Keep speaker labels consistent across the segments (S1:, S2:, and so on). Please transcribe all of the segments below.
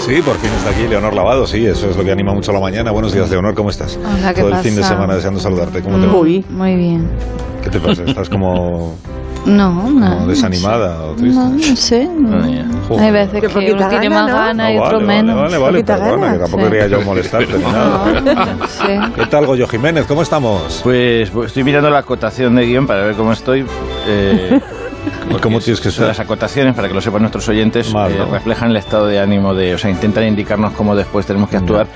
S1: sí, por fin está aquí Leonor Lavado, sí, eso es lo que anima mucho a la mañana. Buenos días, Leonor, ¿cómo estás?
S2: Hola, ¿qué
S1: Todo el
S2: pasa?
S1: fin de semana deseando saludarte. ¿Cómo te va?
S3: Uy.
S2: Muy bien.
S1: ¿Qué te pasa? ¿Estás como,
S2: No,
S1: como
S2: no.
S1: desanimada o
S2: No,
S1: triste?
S2: no sé. Hay
S1: Joder.
S2: veces
S3: Qué
S2: que
S3: poquita
S2: uno tiene
S3: gana,
S2: más
S3: ¿no?
S2: ganas y
S1: No,
S2: otro
S1: Ah, vale, vale,
S2: menos.
S1: vale, vale,
S3: Poquita
S1: perdona,
S3: gana.
S1: que tampoco
S2: Sí.
S1: quería yo molestarte ni nada.
S2: No, no sé.
S1: ¿Qué tal, Goyo Jiménez? ¿Cómo estamos?
S4: Pues, pues estoy mirando la acotación de guión para ver cómo estoy. eh,
S1: ¿Cómo tienes que ser?
S4: Las acotaciones, para que lo sepan nuestros oyentes,
S1: Mal,
S4: eh,
S1: ¿no?
S4: reflejan el estado de ánimo de, o sea, intentan indicarnos cómo después tenemos que actuar.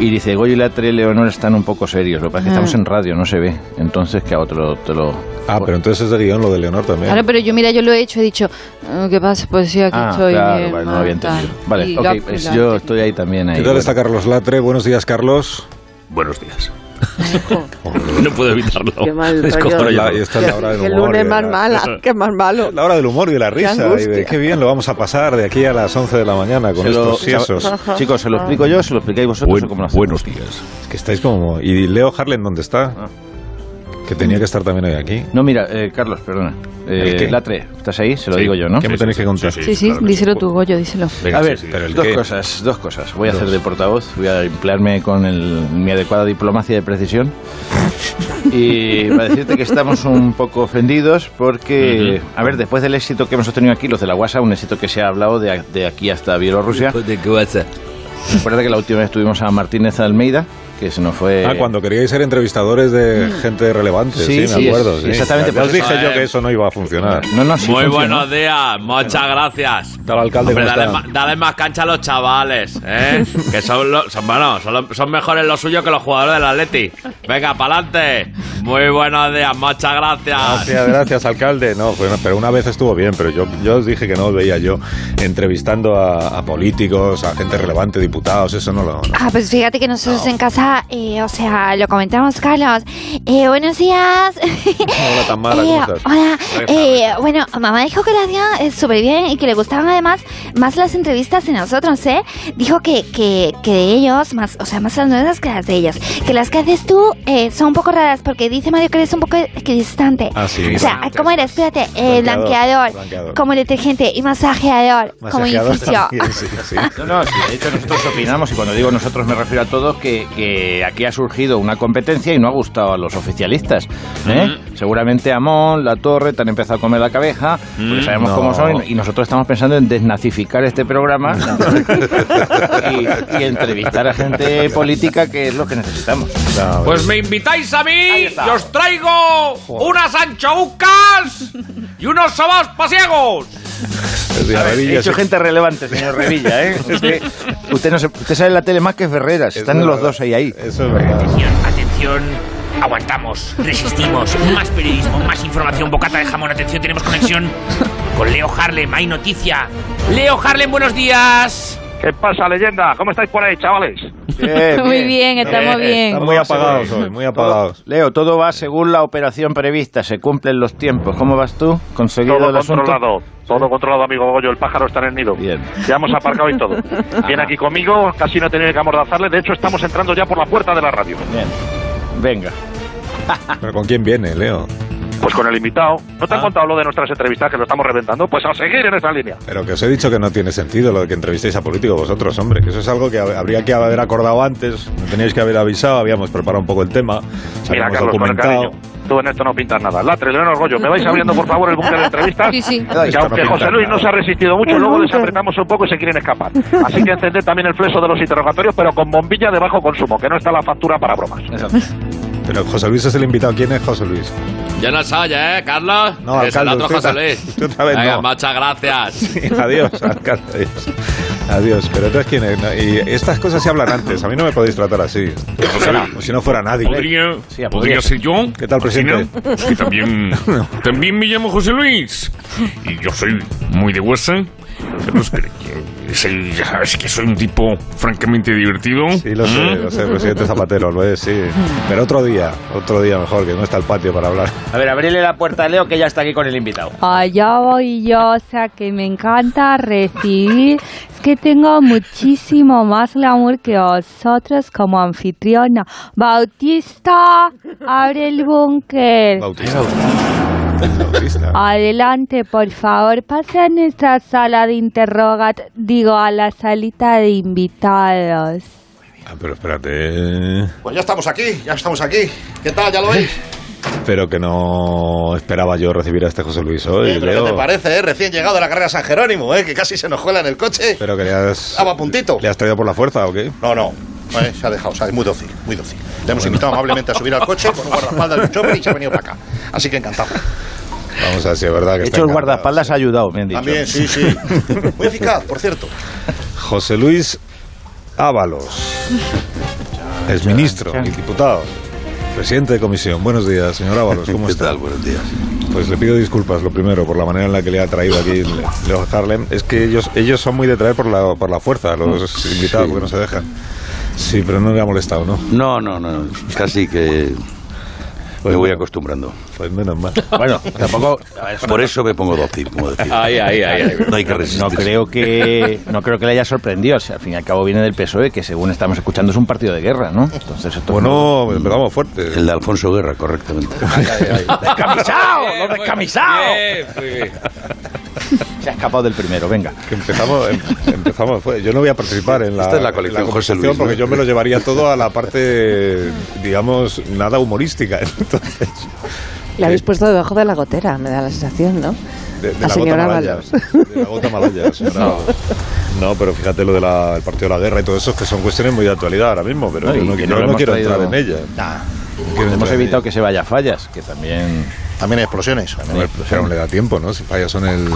S4: Y dice, Goyo y Latre y Leonor están un poco serios, lo que pasa es que
S2: Ah.
S4: estamos en radio, no se ve. Entonces, que a otro te lo...
S1: Ah, pero entonces es de guión lo de Leonor también.
S2: Claro, pero yo, mira, yo lo he hecho, he dicho, "Eh, ¿qué pasa? Pues sí, aquí
S4: Ah,
S2: estoy.
S4: claro,
S2: bien,
S4: vale, no lo había
S2: mal, tal".
S4: entendido.
S2: Y
S4: Vale, ok,
S2: la-
S4: pues
S2: la-
S4: yo estoy ahí también. Ahí,
S1: ¿Qué tal
S4: bueno.
S1: está Carlos Latre? Buenos días, Carlos.
S5: Buenos días.
S2: Ay, jo.
S5: No puedo evitarlo.
S3: Qué mal
S5: Es
S3: rollo.
S5: cojonudo.
S1: La- y esta es la hora del
S3: el
S1: humor y
S3: lunes
S1: de
S3: más
S1: la-
S3: mala, que más malo.
S1: La hora del humor y de la risa. y de
S3: angustia.
S1: qué bien lo vamos a pasar de aquí a las 11 de la mañana con
S4: Se lo-
S1: estos tiesos.
S4: Chicos, ¿se lo explico yo? ¿Se lo explicáis vosotros?
S5: Buen-
S4: o cómo lo hacemos?
S5: buenos días.
S1: Que estáis como... ¿Y Leo Harlem dónde está? Que tenía que estar también hoy aquí.
S4: Ah. No, mira, eh, Carlos, perdona. Eh,
S1: ¿El qué?
S4: Latre, ¿estás ahí? Se lo
S5: Sí.
S4: digo yo, ¿no?
S1: ¿Qué me tenéis que contar?
S2: Sí, sí,
S5: claro que
S2: díselo
S5: sí.
S2: tú, Goyo, díselo.
S5: Venga,
S4: a
S5: sí,
S4: ver,
S5: sí.
S1: pero el
S4: dos
S1: qué.
S4: cosas, dos cosas. Voy a
S1: Dos.
S4: hacer de portavoz, voy a emplearme con el- mi adecuada diplomacia de precisión. Y para decirte que estamos un poco ofendidos porque, a ver, después del éxito que hemos obtenido aquí, los de la WhatsApp, un éxito que se ha hablado de, a- de aquí hasta Bielorrusia. Recuerda que la última vez tuvimos a Martínez Almeida, que se nos fue.
S1: Ah, cuando queríais ser entrevistadores de gente relevante. Sí,
S4: eh, Mm. Sí, sí,
S1: me acuerdo.
S4: es-
S1: sí.
S4: exactamente,
S1: Ya os
S4: pues eso,
S1: dije yo
S5: eh.
S1: que eso no iba a funcionar.
S4: No, no, sí
S6: Muy
S4: funcionó.
S6: buenos días, muchas gracias.
S1: Tal alcalde
S6: Hombre,
S1: como
S6: dale,
S1: está.
S6: ma- dale más cancha a los chavales, ¿eh? que son, lo- son- bueno, son, lo- son mejores los suyos que los jugadores del Atleti. Venga, pa'lante. Muy buenos días, muchas gracias.
S1: Gracias, gracias, alcalde. No, pues, pero una vez estuvo bien, pero yo, yo os dije que no os veía yo entrevistando a, a políticos, a gente relevante, diputados, eso no lo... no.
S7: Ah, pues fíjate que nosotros en casa, eh, o sea, lo comentamos, Carlos. Eh, buenos días.
S1: Hola, Tamara, ¿cómo
S7: Eh,
S1: estás?
S7: Hola.
S1: Reja,
S7: Eh, bueno, mamá dijo que la hacía eh, súper bien y que le gustaban además más las entrevistas de nosotros, ¿eh? Dijo que, que, que de ellos, más, o sea, más las nuestras que las de ellos. Que las que haces tú eh, son un poco raras porque dice Mario que eres un poco equidistante.
S1: Ah, sí.
S7: O sea, ¿cómo eres? Fíjate,
S1: Blanqueador,
S7: eh, blanqueador,
S1: blanqueador.
S7: como detergente y masajeador, como
S1: Masajeador
S7: infusión.
S1: también, sí, sí.
S4: No, no, sí, de hecho nosotros opinamos, y cuando digo nosotros me refiero a todos, que, que aquí ha surgido una competencia y no ha gustado a los oficialistas. ¿eh? Seguramente Amón, La Torre, te han empezado a comer la cabeza,
S8: Mm,
S4: porque sabemos
S1: No.
S4: cómo son, y nosotros estamos pensando en desnazificar este programa y, y entrevistar a gente política, que es lo que necesitamos.
S1: No,
S6: Pues me invitáis a mí
S4: está.
S6: y os traigo unas anchoucas y unos sobaos pasiegos.
S1: pues es de
S4: He
S1: amarillo,
S4: hecho
S1: sí.
S4: gente relevante, señor Revilla, ¿eh? Usted, usted, no se- usted sale en la tele más que Ferreras, están
S1: Es
S4: los
S1: verdad.
S4: dos ahí, ahí.
S1: Eso es verdad.
S9: Atención, atención. Aguantamos, resistimos. Más periodismo, más información, bocata de jamón. Atención, tenemos conexión con Leo Harlem. Hay noticia. Leo Harlem, buenos días.
S5: ¿Qué pasa, leyenda? ¿Cómo estáis por ahí, chavales?
S2: Muy bien, estamos bien.
S1: Están muy apagados hoy, muy apagados.
S4: Leo, todo va según la operación prevista, se cumplen los tiempos. ¿Cómo vas tú? ¿Conseguido
S5: Todo
S4: el asunto?
S5: controlado. Todo controlado, amigo Goyo. El pájaro está en el nido.
S4: Bien.
S5: Ya hemos aparcado y todo.
S4: Ajá.
S5: Viene aquí conmigo, casi no tenía que amordazarle. De hecho, estamos entrando ya por la puerta de la radio.
S4: Bien. Venga.
S1: ¿Pero con quién viene, Leo?
S5: Pues con el invitado. ¿No
S4: Ah.
S5: te han contado lo de nuestras entrevistas que lo estamos reventando? Pues a seguir en esa línea.
S1: Pero que os he dicho que no tiene sentido lo de que entrevistéis a políticos vosotros, hombre. Que eso es algo que hab- habría que haber acordado antes. Me teníais que haber avisado, habíamos preparado un poco el tema. os
S5: Mira,
S1: habíamos
S5: Carlos, con el cariño. Tú en esto no pintas nada. Latre, Leonor Goyo, ¿me vais abriendo, por favor, el búnker de entrevistas?
S2: Sí, sí.
S4: Esto
S5: Que aunque
S1: no pinta
S5: José Luis no
S1: nada.
S5: se ha resistido mucho, luego les apretamos un poco y se quieren escapar. Así que encended también el fleso de los interrogatorios, pero con bombilla de bajo consumo, que no está la factura para bromas.
S1: Pero José Luis es el invitado. ¿Quién es José Luis?
S6: Yo no soy, ¿eh, Carlos?
S1: No,
S6: Es el
S1: alcalde,
S6: otro
S1: usted
S6: José
S1: ta-
S6: Luis.
S1: usted otra vez
S6: Venga,
S1: no.
S6: muchas gracias.
S1: Sí, adiós, alcalde, adiós. Adiós. Pero entonces, ¿quién es? No, Y estas cosas se hablan antes. A mí no me podéis tratar así. Como si no fuera nadie.
S10: Podría,
S4: Sí, a
S10: podría
S4: poder.
S10: ser yo.
S1: ¿Qué tal, presidente?
S10: Martina, Que también, también me llamo José Luis. Y yo soy muy de huesa. Pero espera, que soy, ya sabes que soy un tipo francamente divertido.
S1: Sí, lo sé,
S10: ¿Mm?
S1: lo sé, presidente Zapatero, lo es, sí. Pero otro día, otro día mejor, que no está el patio para hablar.
S4: A ver, abrirle la puerta a Leo que ya está aquí con el invitado.
S11: Allá voy yo, o sea que me encanta recibir. Es que tengo muchísimo más glamour que vosotros como anfitriona. Bautista, abre el búnker.
S1: Bautista. el autista.
S9: Adelante, por favor, pase a nuestra sala de interrogat, digo, a la salita de invitados.
S1: Ah, pero espérate.
S5: Pues ya estamos aquí, ya estamos aquí. ¿Qué tal? ¿Ya lo veis?
S1: Pero que no esperaba yo recibir a este José Luis hoy.
S5: Eh, pero
S1: Leo.
S5: ¿Qué te parece, eh? Recién llegado de la carrera San Jerónimo, eh? Que casi se nos cuela en el coche.
S1: Pero que le has.
S5: Estaba a puntito.
S1: ¿Le has traído por la fuerza o qué?
S5: No, no. Eh, se ha dejado, o sea, es muy dócil, muy dócil. Le hemos invitado amablemente a subir al coche con un guardaespaldas de un chopper y se ha venido para acá. Así que encantado.
S1: Vamos a ver si es verdad que
S4: De
S1: está
S4: hecho, el
S1: encantado.
S4: guardaespaldas ha ayudado, me han dicho.
S5: También, sí, sí. Muy eficaz, por cierto.
S1: José Luis Ábalos. Es ministro y diputado. Presidente de comisión. Buenos días, señor Ábalos. ¿Cómo está?
S8: Buenos días.
S1: Pues le pido disculpas, lo primero, por la manera en la que le ha traído aquí el- Leo Harlem. Es que ellos, ellos son muy de traer por la, por la fuerza, los invitados, porque no se dejan. Sí, pero no le ha molestado, ¿no?
S8: No, no, no, no, casi que me voy acostumbrando.
S1: Pues menos mal.
S4: Bueno, tampoco.
S8: Por eso me pongo dócil, como decía.
S6: Ahí, ahí, ahí. ahí.
S8: No hay que resistir.
S4: No creo que no creo que le haya sorprendido. O sea, al fin y al cabo viene del PSOE, E, que según estamos escuchando es un partido de guerra, ¿no? Entonces esto
S1: Bueno, empezamos fuerte.
S8: El de Alfonso Guerra, correctamente.
S4: ¡Descamisado!
S6: Bien,
S4: ¡Lo
S6: muy
S4: descamisado!
S6: bien, muy bien.
S4: Se ha escapado del primero, venga.
S1: Que empezamos, em- empezamos. fue- Yo no voy a participar en la,
S8: Esta es la
S1: en
S8: colección José Luis, ¿no?
S1: porque yo me lo llevaría todo a la parte, digamos, nada humorística. Entonces,
S12: La habéis puesto debajo de la gotera, me da la sensación, ¿no?
S1: de, de
S12: La
S1: la gota
S12: señora
S1: malaya.
S12: Ábalos.
S1: De la gota malaya, señora Ábalos. No, pero fíjate lo del partido de la guerra y todo eso, que son cuestiones muy de actualidad ahora mismo, pero
S4: No,
S1: yo
S4: y
S1: no,
S4: que
S1: yo
S4: no lo
S1: no
S4: hemos
S1: quiero
S4: traído-
S1: entrar en ellas.
S5: Nah,
S4: Hemos evitado que se vaya a fallas, que también
S5: también hay explosiones.
S1: No, pero aún le da tiempo, ¿no? Si fallas son el...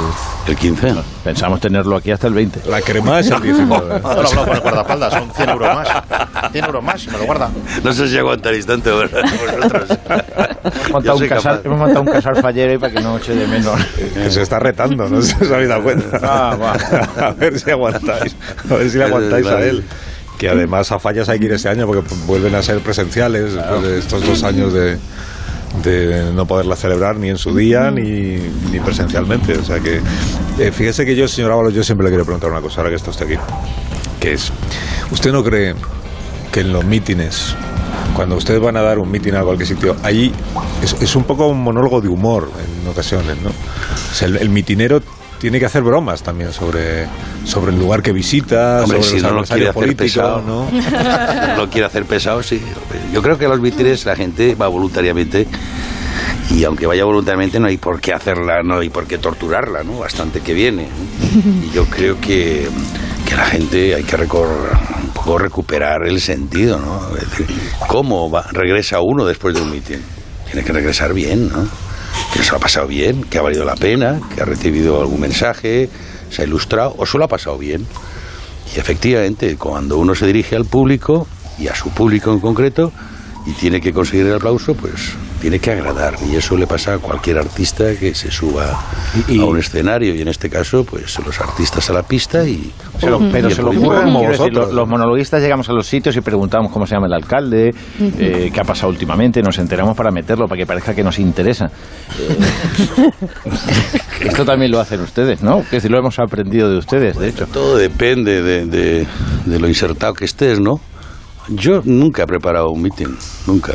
S8: El 15.
S4: pensamos tenerlo aquí hasta el 20.
S1: La crema es el 19.
S5: No lo he hablado con el guardaespaldas, son 100 euros más. 100 euros más, me lo guarda.
S8: No sé si aguantar instante ¿verdad? vosotros.
S4: Hemos
S8: Yo
S4: montado,
S8: soy
S4: un casal,
S8: capaz.
S4: hemos montado un casal fallero y para que no eche de menos.
S1: Que se está retando, no sé si os habéis dado cuenta.
S4: Ah, va.
S1: a ver si aguantáis. A ver si le aguantáis a él. Que además a fallas hay que ir este año porque vuelven a ser presenciales después de estos dos años de, de no poderla celebrar ni en su día ni, ni presencialmente. O sea que, eh, fíjese que yo, señor Ábalos, yo siempre le quiero preguntar una cosa ahora que está usted aquí. Que es, ¿usted no cree que en los mítines, cuando ustedes van a dar un mítin a cualquier sitio, ahí es, es un poco un monólogo de humor en ocasiones, ¿no? O sea, el, el mitinero tiene que hacer bromas también sobre, sobre el lugar que visita,
S8: Hombre,
S1: sobre
S8: si
S1: los
S8: no lo quiere
S1: adversarios
S8: hacer
S1: políticos,
S8: pesado.
S1: ¿no?
S8: Lo quiere hacer pesado, sí. Yo creo que a los vítires la gente va voluntariamente y aunque vaya voluntariamente no hay por qué hacerla, no hay por qué torturarla, ¿no? Bastante que viene. Y yo creo que, que la gente hay que recor- un poco recuperar el sentido, ¿no? Es decir, ¿Cómo va- regresa uno después de un mitin? Tiene que regresar bien, ¿no? Que se lo ha pasado bien, que ha valido la pena, que ha recibido algún mensaje, se ha ilustrado o solo ha pasado bien. Y efectivamente, cuando uno se dirige al público, y a su público en concreto, y tiene que conseguir el aplauso, pues tiene que agradar. Y eso le pasa a cualquier artista que se suba
S4: Y- y-
S8: a un escenario, y en este caso, pues los artistas a la pista y...
S4: Se lo- pero
S8: y el
S4: se lo
S8: público.
S4: ocurren,
S1: como
S4: quiero decir,
S1: vosotros.
S4: los, los monologuistas llegamos a los sitios y preguntamos cómo se llama el alcalde, eh, qué ha pasado últimamente, nos enteramos para meterlo, para que parezca que nos interesa. Eh, esto también lo hacen ustedes, ¿no? Que si lo hemos aprendido de ustedes, de hecho.
S8: Todo depende de, de- de lo insertado que estés, ¿no? Yo nunca he preparado un mitin, nunca,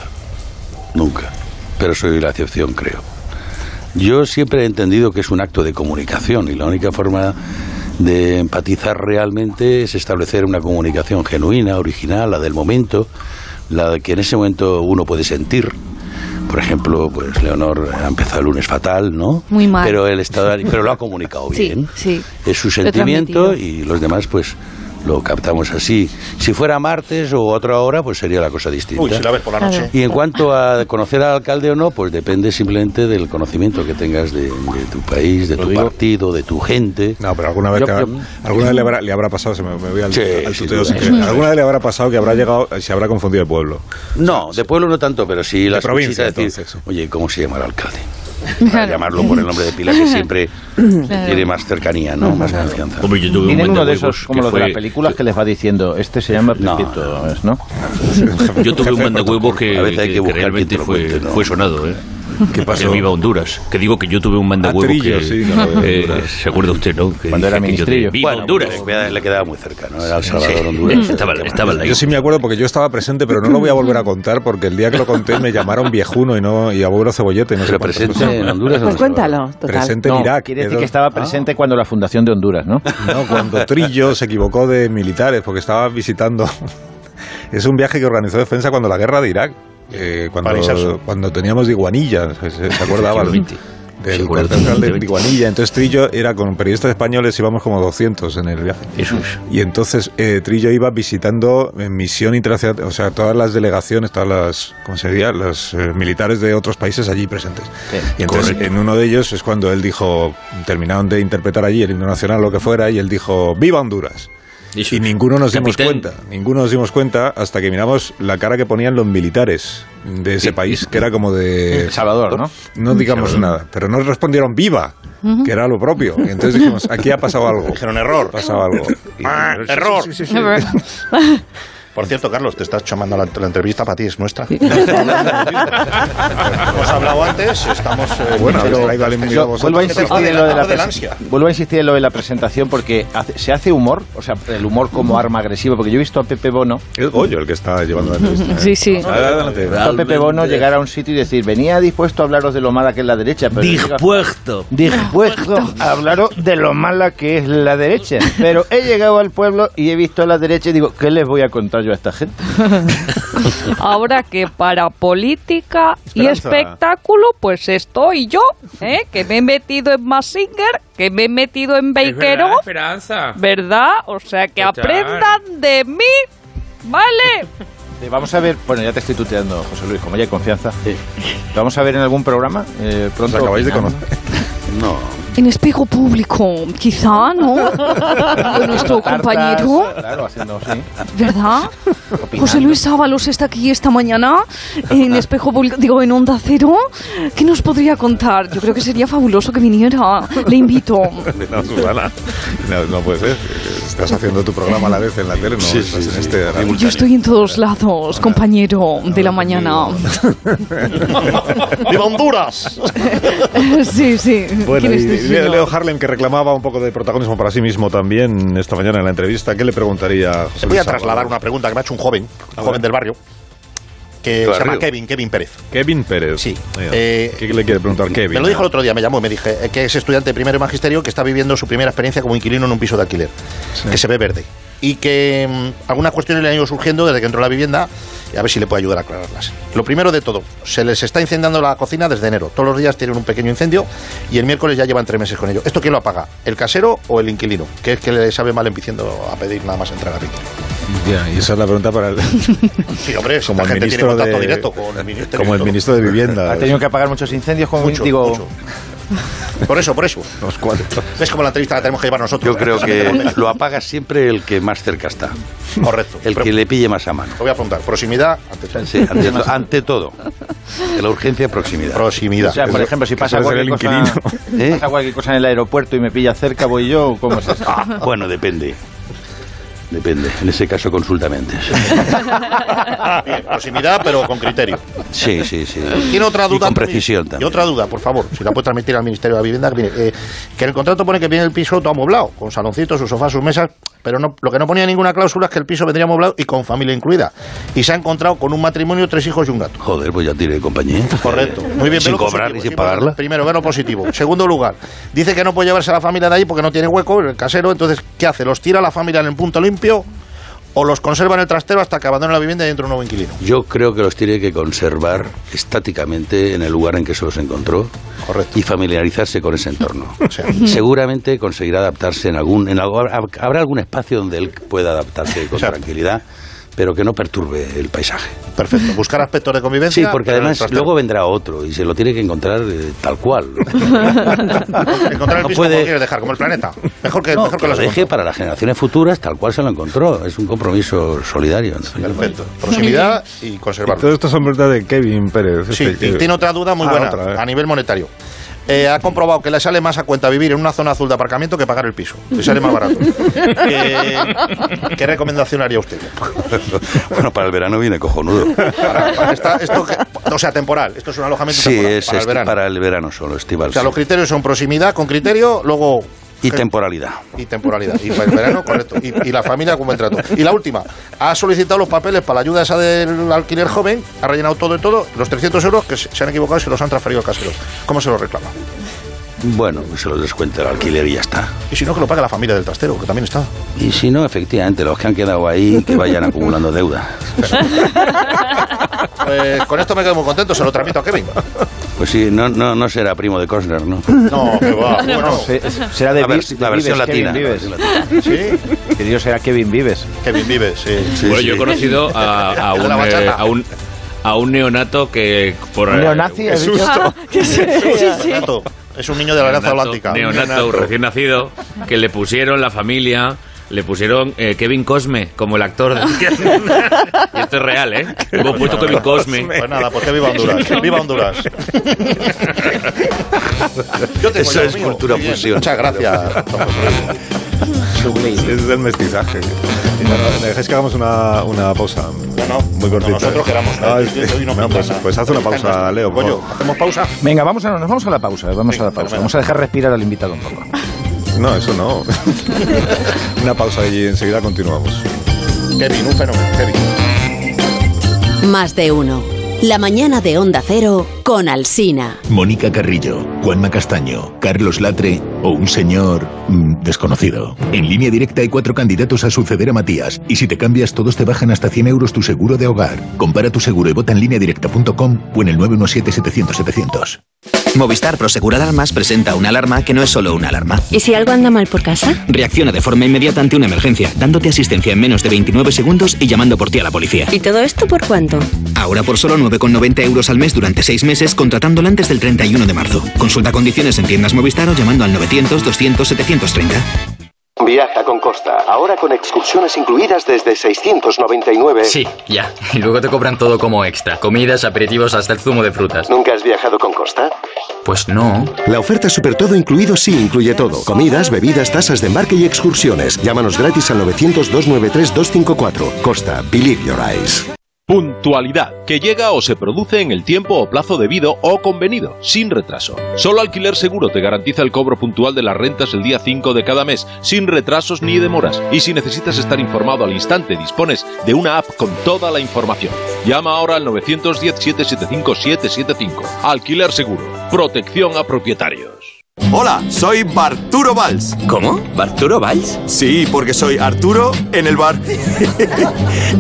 S8: nunca. Pero soy la excepción, creo. Yo siempre he entendido que es un acto de comunicación y la única forma de empatizar realmente es establecer una comunicación genuina, original, la del momento, la que en ese momento uno puede sentir. Por ejemplo, pues Leonor ha empezado el lunes fatal, ¿no?
S12: Muy mal.
S8: Pero el estado de ánimo- pero lo ha comunicado
S12: Sí,
S8: bien.
S12: sí.
S8: Es su
S12: Lo he
S8: sentimiento
S12: transmitido.
S8: y los demás pues lo captamos así. Si fuera martes o otra hora, pues sería la cosa distinta.
S5: Uy, si la ves por la noche.
S8: Y en cuanto a conocer al alcalde o no, pues depende simplemente del conocimiento que tengas de, de tu país, de tu
S4: digo.
S8: partido, de tu gente.
S1: No, pero alguna vez,
S4: Yo-
S1: te habrá-
S4: yo-
S1: Este, alguna vez le, habrá, le habrá pasado, se me, me voy al,
S8: Sí,
S1: al
S8: sin
S1: tuteo
S8: duda.
S1: sin querer. Alguna vez le habrá pasado que habrá llegado, se habrá confundido el pueblo.
S8: No, de pueblo no tanto, pero sí la
S1: provincia,
S8: escuchita de decir,
S1: entonces.
S8: oye, ¿cómo se llama el alcalde? Para llamarlo por el nombre de pila que siempre tiene más cercanía, ¿no? Más confianza.
S6: Hombre, yo tuve un
S4: Tienen
S6: momento
S4: uno
S6: muy
S4: de esos,
S6: que
S4: como los de
S6: fue-
S4: las películas, que les va diciendo, este se llama Pepito, ¿es, ¿no?
S6: Yo tuve un manda huevos que,
S8: A veces hay que
S6: que
S8: buscar quien
S6: realmente
S8: te lo
S6: fue,
S8: cuente, ¿no?
S6: fue sonado, ¿eh?
S8: ¿Qué pasó?
S3: Que viva Honduras. Que digo que yo tuve un manda huevo
S8: Atrillo,
S3: que...
S8: sí, no,
S3: eh,
S8: Honduras.
S3: ¿Se acuerda usted, no? Que
S8: Cuando era
S3: dije que yo
S8: ministrillo.
S3: de- Viva
S8: Bueno,
S3: Honduras.
S8: pues, le quedaba muy cerca, ¿no? Era El Salvador, Honduras.
S3: Estaba, estaba en la
S1: Yo sí me acuerdo porque yo estaba presente, pero no lo voy a volver a contar porque el día que lo conté me llamaron viejuno y no y abuelo cebollete. y No sé cuántas
S8: presente
S1: cosas.
S8: en
S12: Honduras o Pues en El cuéntalo, Salvador? total.
S1: Presente en
S4: No, Ah.
S1: Irak.
S4: Quiere decir
S1: Edo-
S4: que estaba presente cuando la fundación de Honduras, ¿no?
S1: No, cuando Trillo se equivocó de militares porque estaba visitando. Es un viaje que organizó Defensa cuando la guerra de Irak. eh,
S5: Para avisarse.
S1: cuando, cuando teníamos de Iguanilla, ¿se, se acordaba?
S3: Efectivamente.
S1: Del
S3: Se acuerda
S1: cuartel general de
S3: perfectamente.
S1: Iguanilla. Entonces Trillo era con periodistas españoles, íbamos como 200 en el viaje.
S3: Eso es.
S1: Y entonces eh, Trillo iba visitando en misión internacional, o sea, todas las delegaciones, todas las, ¿cómo se diría? Las eh, militares de otros países allí presentes. Y entonces
S3: Correcto.
S1: en uno de ellos es cuando él dijo, terminaron de interpretar allí el himno nacional, lo que fuera, y él dijo, ¡Viva Honduras! Y ninguno nos dimos cuenta, ninguno nos dimos cuenta hasta que miramos la cara que ponían los militares de ese país, que era como de...
S4: El Salvador, ¿no?
S1: No digamos
S4: Salvador.
S1: nada, pero nos respondieron viva,
S4: Ujú.
S1: que era lo propio. Y entonces dijimos, aquí ha pasado algo. Dijeron error. Ha pasado algo. Y-
S5: Ah, error.
S2: Error.
S5: Por cierto, Carlos, te estás chamando la, la entrevista para ti, es nuestra. Hemos hablado antes, estamos.
S4: Ah,
S5: eh, pero-
S1: Bueno, habéis traído al enemigo
S5: Yo-
S1: vosotros.
S4: Vuelvo a insistir en lo de la
S5: Hablo del
S4: presen-
S5: ansia.
S4: vuelvo a insistir en lo de la presentación porque hace- se hace humor, o sea, el humor como arma agresiva, porque yo he visto a Pepe Bono.
S1: Es Goyo el que está llevando la entrevista. ¿eh?
S12: Sí, sí.
S1: Adelante.
S4: He visto a Pepe Bono llegar a un sitio y decir, venía dispuesto a hablaros de lo mala que es la derecha. Pero
S3: Dispuesto.
S4: dispuesto a hablaros de lo mala que es la derecha. Pero he llegado al pueblo y he visto a la derecha y digo, ¿qué les voy a contar yo a esta gente?
S13: Ahora que para política y
S4: Esperanza.
S13: espectáculo, pues estoy yo, ¿eh? que me he metido en Massinger, que me he metido en Beikero,
S14: Esperanza.
S13: ¿verdad? O sea, que
S4: Total.
S13: aprendan de mí, ¿vale?
S4: Eh, Vamos a ver, bueno, ya te estoy tuteando, José Luis, como ya hay confianza. ¿Lo vamos a ver en algún programa? Eh, pronto.
S1: Os acabáis de
S4: No.
S13: En espejo público, quizá, ¿no? Con nuestro
S4: Tartas,
S13: compañero,
S4: Claro, haciendo así.
S13: ¿verdad? José Luis Ábalos está aquí esta mañana en espejo público, digo, en Onda Cero. ¿Qué nos podría contar? Yo creo que sería fabuloso que viniera. Le invito.
S1: No, Susana, no, no puede ser. Estás haciendo tu programa a la vez en la tele, no estás en este. ahora.
S13: Yo estoy en todos lados, compañero de la mañana.
S5: ¡Viva Honduras!
S13: Sí, sí.
S1: Bueno,
S13: ¿Quién
S1: y
S13: es este señor?
S1: Leo Harlem, que reclamaba un poco de protagonismo para sí mismo también esta mañana en la entrevista, ¿qué le preguntaría a José
S5: Te voy a
S1: Luis Ábalos?
S5: trasladar una pregunta que me ha hecho un joven, un joven del barrio, que
S1: ¿Del
S5: se llama
S1: barrio?
S5: Kevin, Kevin Pérez.
S1: Kevin Pérez. Sí.
S5: Eh,
S1: ¿Qué le quiere preguntar Kevin?
S5: Me lo dijo el otro día, me llamó y me dije eh, que es estudiante de primero de magisterio que está viviendo su primera experiencia como inquilino en un piso de alquiler, que se ve verde. Y que mm, algunas cuestiones le han ido surgiendo desde que entró a la vivienda y a ver si le puede ayudar a aclararlas. Lo primero de todo, se les está incendiando la cocina desde enero. Todos los días tienen un pequeño incendio y el miércoles ya llevan tres meses con ello. ¿Esto quién lo apaga? ¿El casero o el inquilino? Que es que le sabe mal empiciendo a pedir nada más entrar a pique.
S1: Ya, y esa es la pregunta para el.
S5: Sí, hombre,
S1: Como
S5: como gente
S1: el
S5: tiene
S1: ministro
S5: contacto
S1: de-
S5: directo con el ministerio.
S1: Como el ministro de Vivienda.
S4: Ha tenido que apagar muchos incendios con digo,
S5: Por eso, por eso.
S1: Los cuantos.
S5: Es como la entrevista que tenemos que llevar nosotros.
S8: Yo creo que lo apaga siempre el que más cerca está.
S5: Correcto.
S8: El que le pille más a mano.
S5: Lo voy a apuntar. Proximidad ante todo.
S8: Sí, ante, to- ante todo. De la urgencia, proximidad.
S5: Proximidad.
S4: O sea, por ejemplo, si pasa cualquier, cosa, pasa cualquier cosa en el aeropuerto y me pilla cerca, voy yo, o ¿cómo es eso?
S8: Bueno, depende. Depende. En ese caso, consultamente.
S5: Bien, proximidad, pero con criterio.
S8: Sí, sí, sí.
S5: Tiene otra duda.
S8: Y con
S5: también?
S8: precisión
S5: Y
S8: también.
S5: otra duda, por favor, si la puede transmitir al Ministerio de la Vivienda, que, viene, eh, que en el contrato pone que viene el piso todo amoblado, con saloncitos, sus sofás, sus mesas, pero no, lo que no ponía ninguna cláusula es que el piso vendría amoblado y con familia incluida. Y se ha encontrado con un matrimonio, tres hijos y un gato.
S8: Joder, pues ya tiene compañía.
S5: Correcto. Muy bien, ve
S8: sin
S5: lo
S8: cobrar
S5: positivo,
S8: y sin
S5: sí,
S8: pagarla.
S5: Primero, ver lo positivo. Segundo lugar, dice que no puede llevarse a la familia de ahí porque no tiene hueco, el casero, entonces, ¿qué hace? ¿Los tira a la familia en el punto limpio o los conserva en el trastero hasta que abandone la vivienda y entre un nuevo inquilino?
S8: Yo creo que los tiene que conservar estáticamente en el lugar en que se los encontró y familiarizarse con ese entorno. Seguramente conseguirá adaptarse en algún, en algo, habrá algún espacio donde él pueda adaptarse con tranquilidad, pero que no perturbe el paisaje.
S5: Perfecto. Buscar aspectos de convivencia.
S8: Sí, porque
S5: pero en el
S8: además
S5: trastero.
S8: luego vendrá otro y se lo tiene que encontrar eh, tal cual.
S5: Encontrar el
S8: no
S5: piso
S8: puede-
S5: como quieres dejar, como el planeta. Mejor que,
S8: No,
S5: mejor
S8: que
S5: que
S8: lo
S5: los
S8: deje para las generaciones futuras tal cual se lo encontró. Es un compromiso solidario.
S5: Perfecto. Proximidad y
S1: Y
S5: conservarlo.
S1: todo esto son preguntas de Kevin Pérez.
S5: Sí,
S1: este
S5: y
S1: que-
S5: tiene otra duda muy
S1: Ah,
S5: buena
S1: otra, ¿eh?
S5: a nivel monetario. eh, ha comprobado que le sale más a cuenta vivir en una zona azul de aparcamiento que pagar el piso. Le sale más barato. Eh, ¿Qué recomendación haría usted?
S8: bueno, para el verano viene cojonudo.
S5: Esta- esto que- o sea, temporal. Esto es un alojamiento
S8: Sí,
S5: temporal.
S8: es
S5: para
S8: este-
S5: el verano.
S8: verano solo, estival.
S5: O sea,
S8: sí.
S5: los criterios son proximidad con criterio, luego...
S8: Y temporalidad.
S5: Y temporalidad. Y para el verano, correcto. Y, y la familia con buen trato. Y la última, ha solicitado los papeles para la ayuda esa del alquiler joven, ha rellenado todo y todo, los 300 euros que se se han equivocado se los han transferido al casero. ¿Cómo se los reclama?
S8: Bueno, pues se los descuenta el alquiler y ya está.
S5: Y si no, que lo pague la familia del trastero, que también está.
S8: Y si no, efectivamente, los que han quedado ahí, que vayan acumulando deuda.
S5: Pues con esto me quedo muy contento, se lo transmito a Kevin.
S8: Pues sí, no, no, no será primo de Costner, ¿no?
S5: No, que va, bueno.
S4: será de
S8: la,
S4: Vi-
S8: vers-
S4: de
S8: la versión
S4: Vives, Kevin
S8: latina.
S4: Vives.
S8: la versión
S4: Que Dios será Kevin Vives.
S5: Kevin Vives, sí.
S6: bueno, yo he conocido a, a
S4: El
S6: un,
S4: de la bachata.
S6: eh, a un a un neonato que por eh,
S4: Neonazi,
S5: Qué
S4: has dicho.
S5: susto.
S13: que sí, sí, sí.
S5: Neonato. Es un niño de la alianza
S6: neonato,
S5: atlántica.
S6: Neonato,
S5: Neonato.
S6: recién nacido, que le pusieron la familia, le pusieron eh, Kevin Cosme como el actor. De... y esto es real, ¿eh? Hemos puesto Kevin Cosme.
S5: Pues nada, pues que viva Honduras. Viva Honduras. Yo tengo
S8: Eso
S5: ya el
S8: es
S5: mío.
S8: cultura
S5: Muy bien.
S8: fusión.
S5: Muchas gracias.
S1: Es del mestizaje. ¿Me dejáis que hagamos una, una pausa?
S5: No,
S1: Muy cortita.
S5: nosotros queramos, ¿eh?
S1: Ah, es-
S5: Yo- yo hoy no
S1: no,
S5: pinta
S1: pues,
S5: nada.
S1: pues haz una pausa, Leo. por
S5: Pollo,
S1: favor.
S5: ¿hacemos pausa?
S4: Venga, vamos a, nos vamos a la pausa, vamos a la pausa. Vamos a dejar respirar al invitado un poco.
S1: No, eso no. una pausa y enseguida continuamos.
S5: Kevin, un fenómeno. Kevin.
S15: Más de uno. La mañana de Onda Cero con Alsina.
S16: Mónica Carrillo, Juanma Castaño, Carlos Latre o un señor mm, desconocido. En línea directa hay cuatro candidatos a suceder a Matías y si te cambias todos te bajan hasta 100 euros tu seguro de hogar. Compara tu seguro y vota en línea directa.com o en el 917-700-700.
S17: Movistar Prosegur Alarmas presenta una alarma que no es solo una alarma.
S18: ¿Y si algo anda mal por casa?
S17: Reacciona de forma inmediata ante una emergencia, dándote asistencia en menos de 29 segundos y llamando por ti a la policía.
S18: ¿Y todo esto por cuánto?
S17: Ahora por solo 9,90 euros al mes durante 6 meses, contratándola antes del 31 de marzo. Consulta condiciones en tiendas Movistar o llamando al 900-200-730.
S19: Viaja con Costa, ahora con excursiones incluidas desde 699.
S20: Sí, ya. Y luego te cobran todo como extra. Comidas, aperitivos, hasta el zumo de frutas.
S19: ¿Nunca has viajado con Costa?
S20: Pues no.
S19: La oferta Super Todo Incluido sí incluye todo. Comidas, bebidas, tasas de embarque y excursiones. Llámanos gratis al 900-293-254. Costa, believe your eyes.
S21: Puntualidad, que llega o se produce en el tiempo o plazo debido o convenido, sin retraso. Solo Alquiler Seguro te garantiza el cobro puntual de las rentas el día 5 de cada mes, sin retrasos ni demoras. Y si necesitas estar informado al instante, dispones de una app con toda la información. Llama ahora al 910-775-775. Alquiler Seguro, protección a propietarios.
S22: Hola, soy Barturo Valls. ¿Cómo? ¿Barturo Valls? Sí, porque soy Arturo en el bar.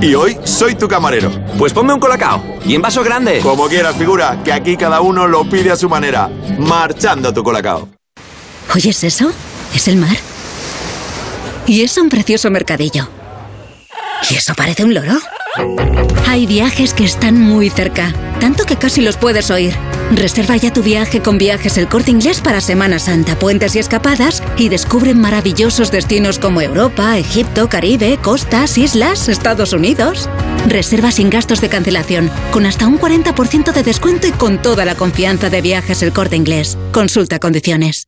S22: y hoy soy tu camarero. Pues ponme un colacao. Y en vaso grande. Como quieras, figura, que aquí cada uno lo pide a su manera. Marchando tu colacao.
S23: ¿Oyes eso? Es el mar. Y es un precioso mercadillo. ¿Y eso parece un loro? Hay viajes que están muy cerca, tanto que casi los puedes oír. Reserva ya tu viaje con Viajes El Corte Inglés para Semana Santa, puentes y escapadas y descubre maravillosos destinos como Europa, Egipto, Caribe, costas, islas, Estados Unidos. Reserva sin gastos de cancelación, con hasta un 40% de descuento y con toda la confianza de Viajes El Corte Inglés. Consulta condiciones.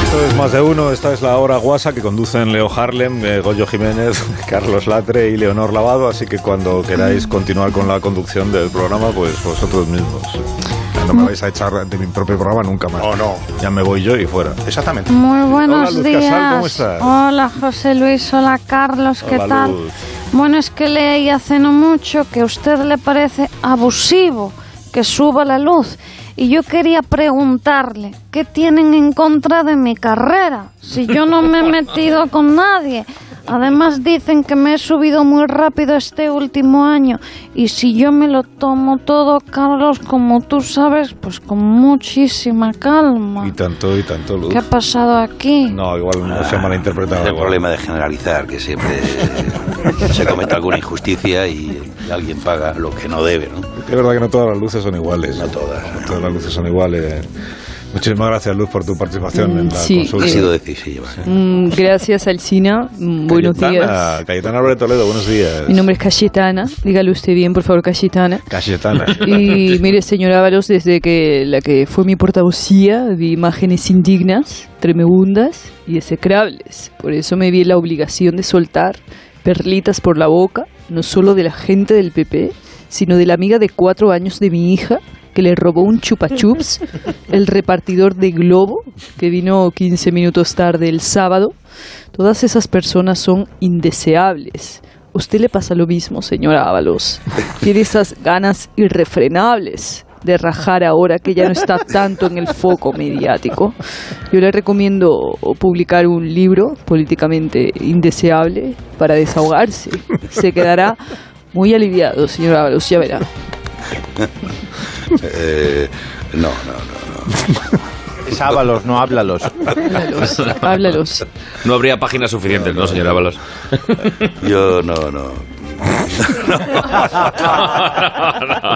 S1: Esto es más de uno. Esta es la hora guasa que conducen Leo Harlem, eh, Goyo Jiménez, Carlos Latre y Leonor Lavado. Así que cuando queráis continuar con la conducción del programa, pues vosotros mismos. No me vais a echar de mi propio programa nunca más. Mm. Oh, No, no. Ya me voy yo y fuera. Exactamente.
S24: Muy buenos
S1: Hola, Luz
S24: días.
S1: Casal, ¿cómo estás?
S24: Hola José Luis, hola Carlos, ¿qué
S1: Hola,
S24: tal?
S1: Luz.
S24: Bueno, es que leí hace no mucho que a usted le parece abusivo que suba la luz. Y yo quería preguntarle, ¿qué tienen en contra de mi carrera? Si yo no me he metido con nadie. Además dicen que me he subido muy rápido este último año. Y si yo me lo tomo todo, Carlos, como tú sabes, pues con muchísima calma.
S1: Y tanto, y tanto, Luz.
S24: ¿Qué ha pasado aquí?
S1: No, igual no se malinterpretado.
S8: Es el problema de generalizar, que siempre se comete alguna injusticia y alguien paga lo que no debe, ¿no?
S1: Es verdad que no todas las luces son iguales. No todas. todas las luces son iguales. Muchísimas gracias, Luz, por tu participación en la
S2: Sí,
S1: consulta.
S2: Ha sido
S8: decisiva.
S2: Mm, gracias, Alcina. Mm, Buenos días.
S1: Cayetana, Cayetana Álvarez Toledo, buenos días.
S2: Mi nombre es Cayetana. Dígalo usted bien, por favor, Cayetana.
S1: Cayetana.
S2: Y mire, señor Ábalos, desde que la que fue mi portavocía vi imágenes indignas, tremebundas y execrables. Por eso me vi en la obligación de soltar perlitas por la boca, no solo de la gente del PP, sino de la amiga de cuatro años de mi hija que le robó un chupachups, el repartidor de globo que vino 15 minutos tarde el sábado. Todas esas personas son indeseables. Usted le pasa lo mismo, señora Ábalos. Tiene esas ganas irrefrenables de rajar ahora que ya no está tanto en el foco mediático. Yo le recomiendo publicar un libro políticamente indeseable para desahogarse. Se quedará muy aliviado, señora Ábalos, ya verá.
S8: Eh, no, no, no, no.
S4: Es Ábalos, no háblalos.
S2: Háblalos, háblalos.
S6: No habría páginas suficientes, ¿no, señor Ábalos?
S8: Yo no, no.
S5: Un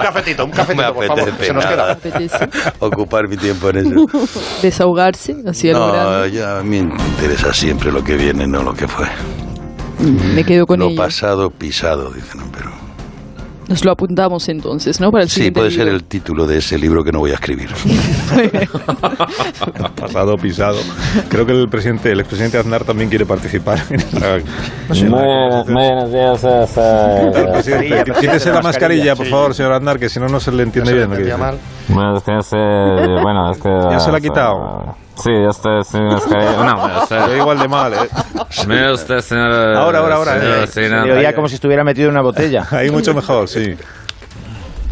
S5: cafetito, un cafetito, por favor, que se nos queda.
S8: Ocupar mi tiempo en
S2: Uh,
S8: eso.
S2: Desahogarse, así a lo
S8: No,
S2: grande.
S8: ya a mí me interesa siempre lo que viene, no lo que fue.
S2: Me quedo con
S8: lo
S2: ello.
S8: pasado pisado, dicen.
S2: Nos lo apuntamos entonces, ¿no? Para el
S8: Sí,
S2: siguiente
S8: puede
S2: libro.
S8: ser el título de ese libro que no voy a escribir.
S1: Pasado, pisado. Creo que el presidente, el expresidente Aznar también quiere participar.
S25: eh, Mascarilla,
S1: Quítese
S25: eh,
S1: la
S25: mascarilla,
S1: mascarilla, por
S25: sí.
S1: favor, señor Aznar, que si no, no se le entiende
S25: No se le
S1: bien. lo que
S25: entendía
S1: dice.
S25: Bueno, es que ese- bueno, es que...
S1: Ya se la ha
S25: eh,
S1: quitado.
S25: Sí, este sin mascarilla. No, bueno, este-
S1: Lo igual de mal, ¿eh?
S25: Mire
S6: usted, señor...
S25: Ahora, ahora, ahora,
S6: señor
S25: eh.
S6: Sina.
S25: Se le oía
S4: como si estuviera metido en una botella.
S1: Ahí mucho mejor, sí.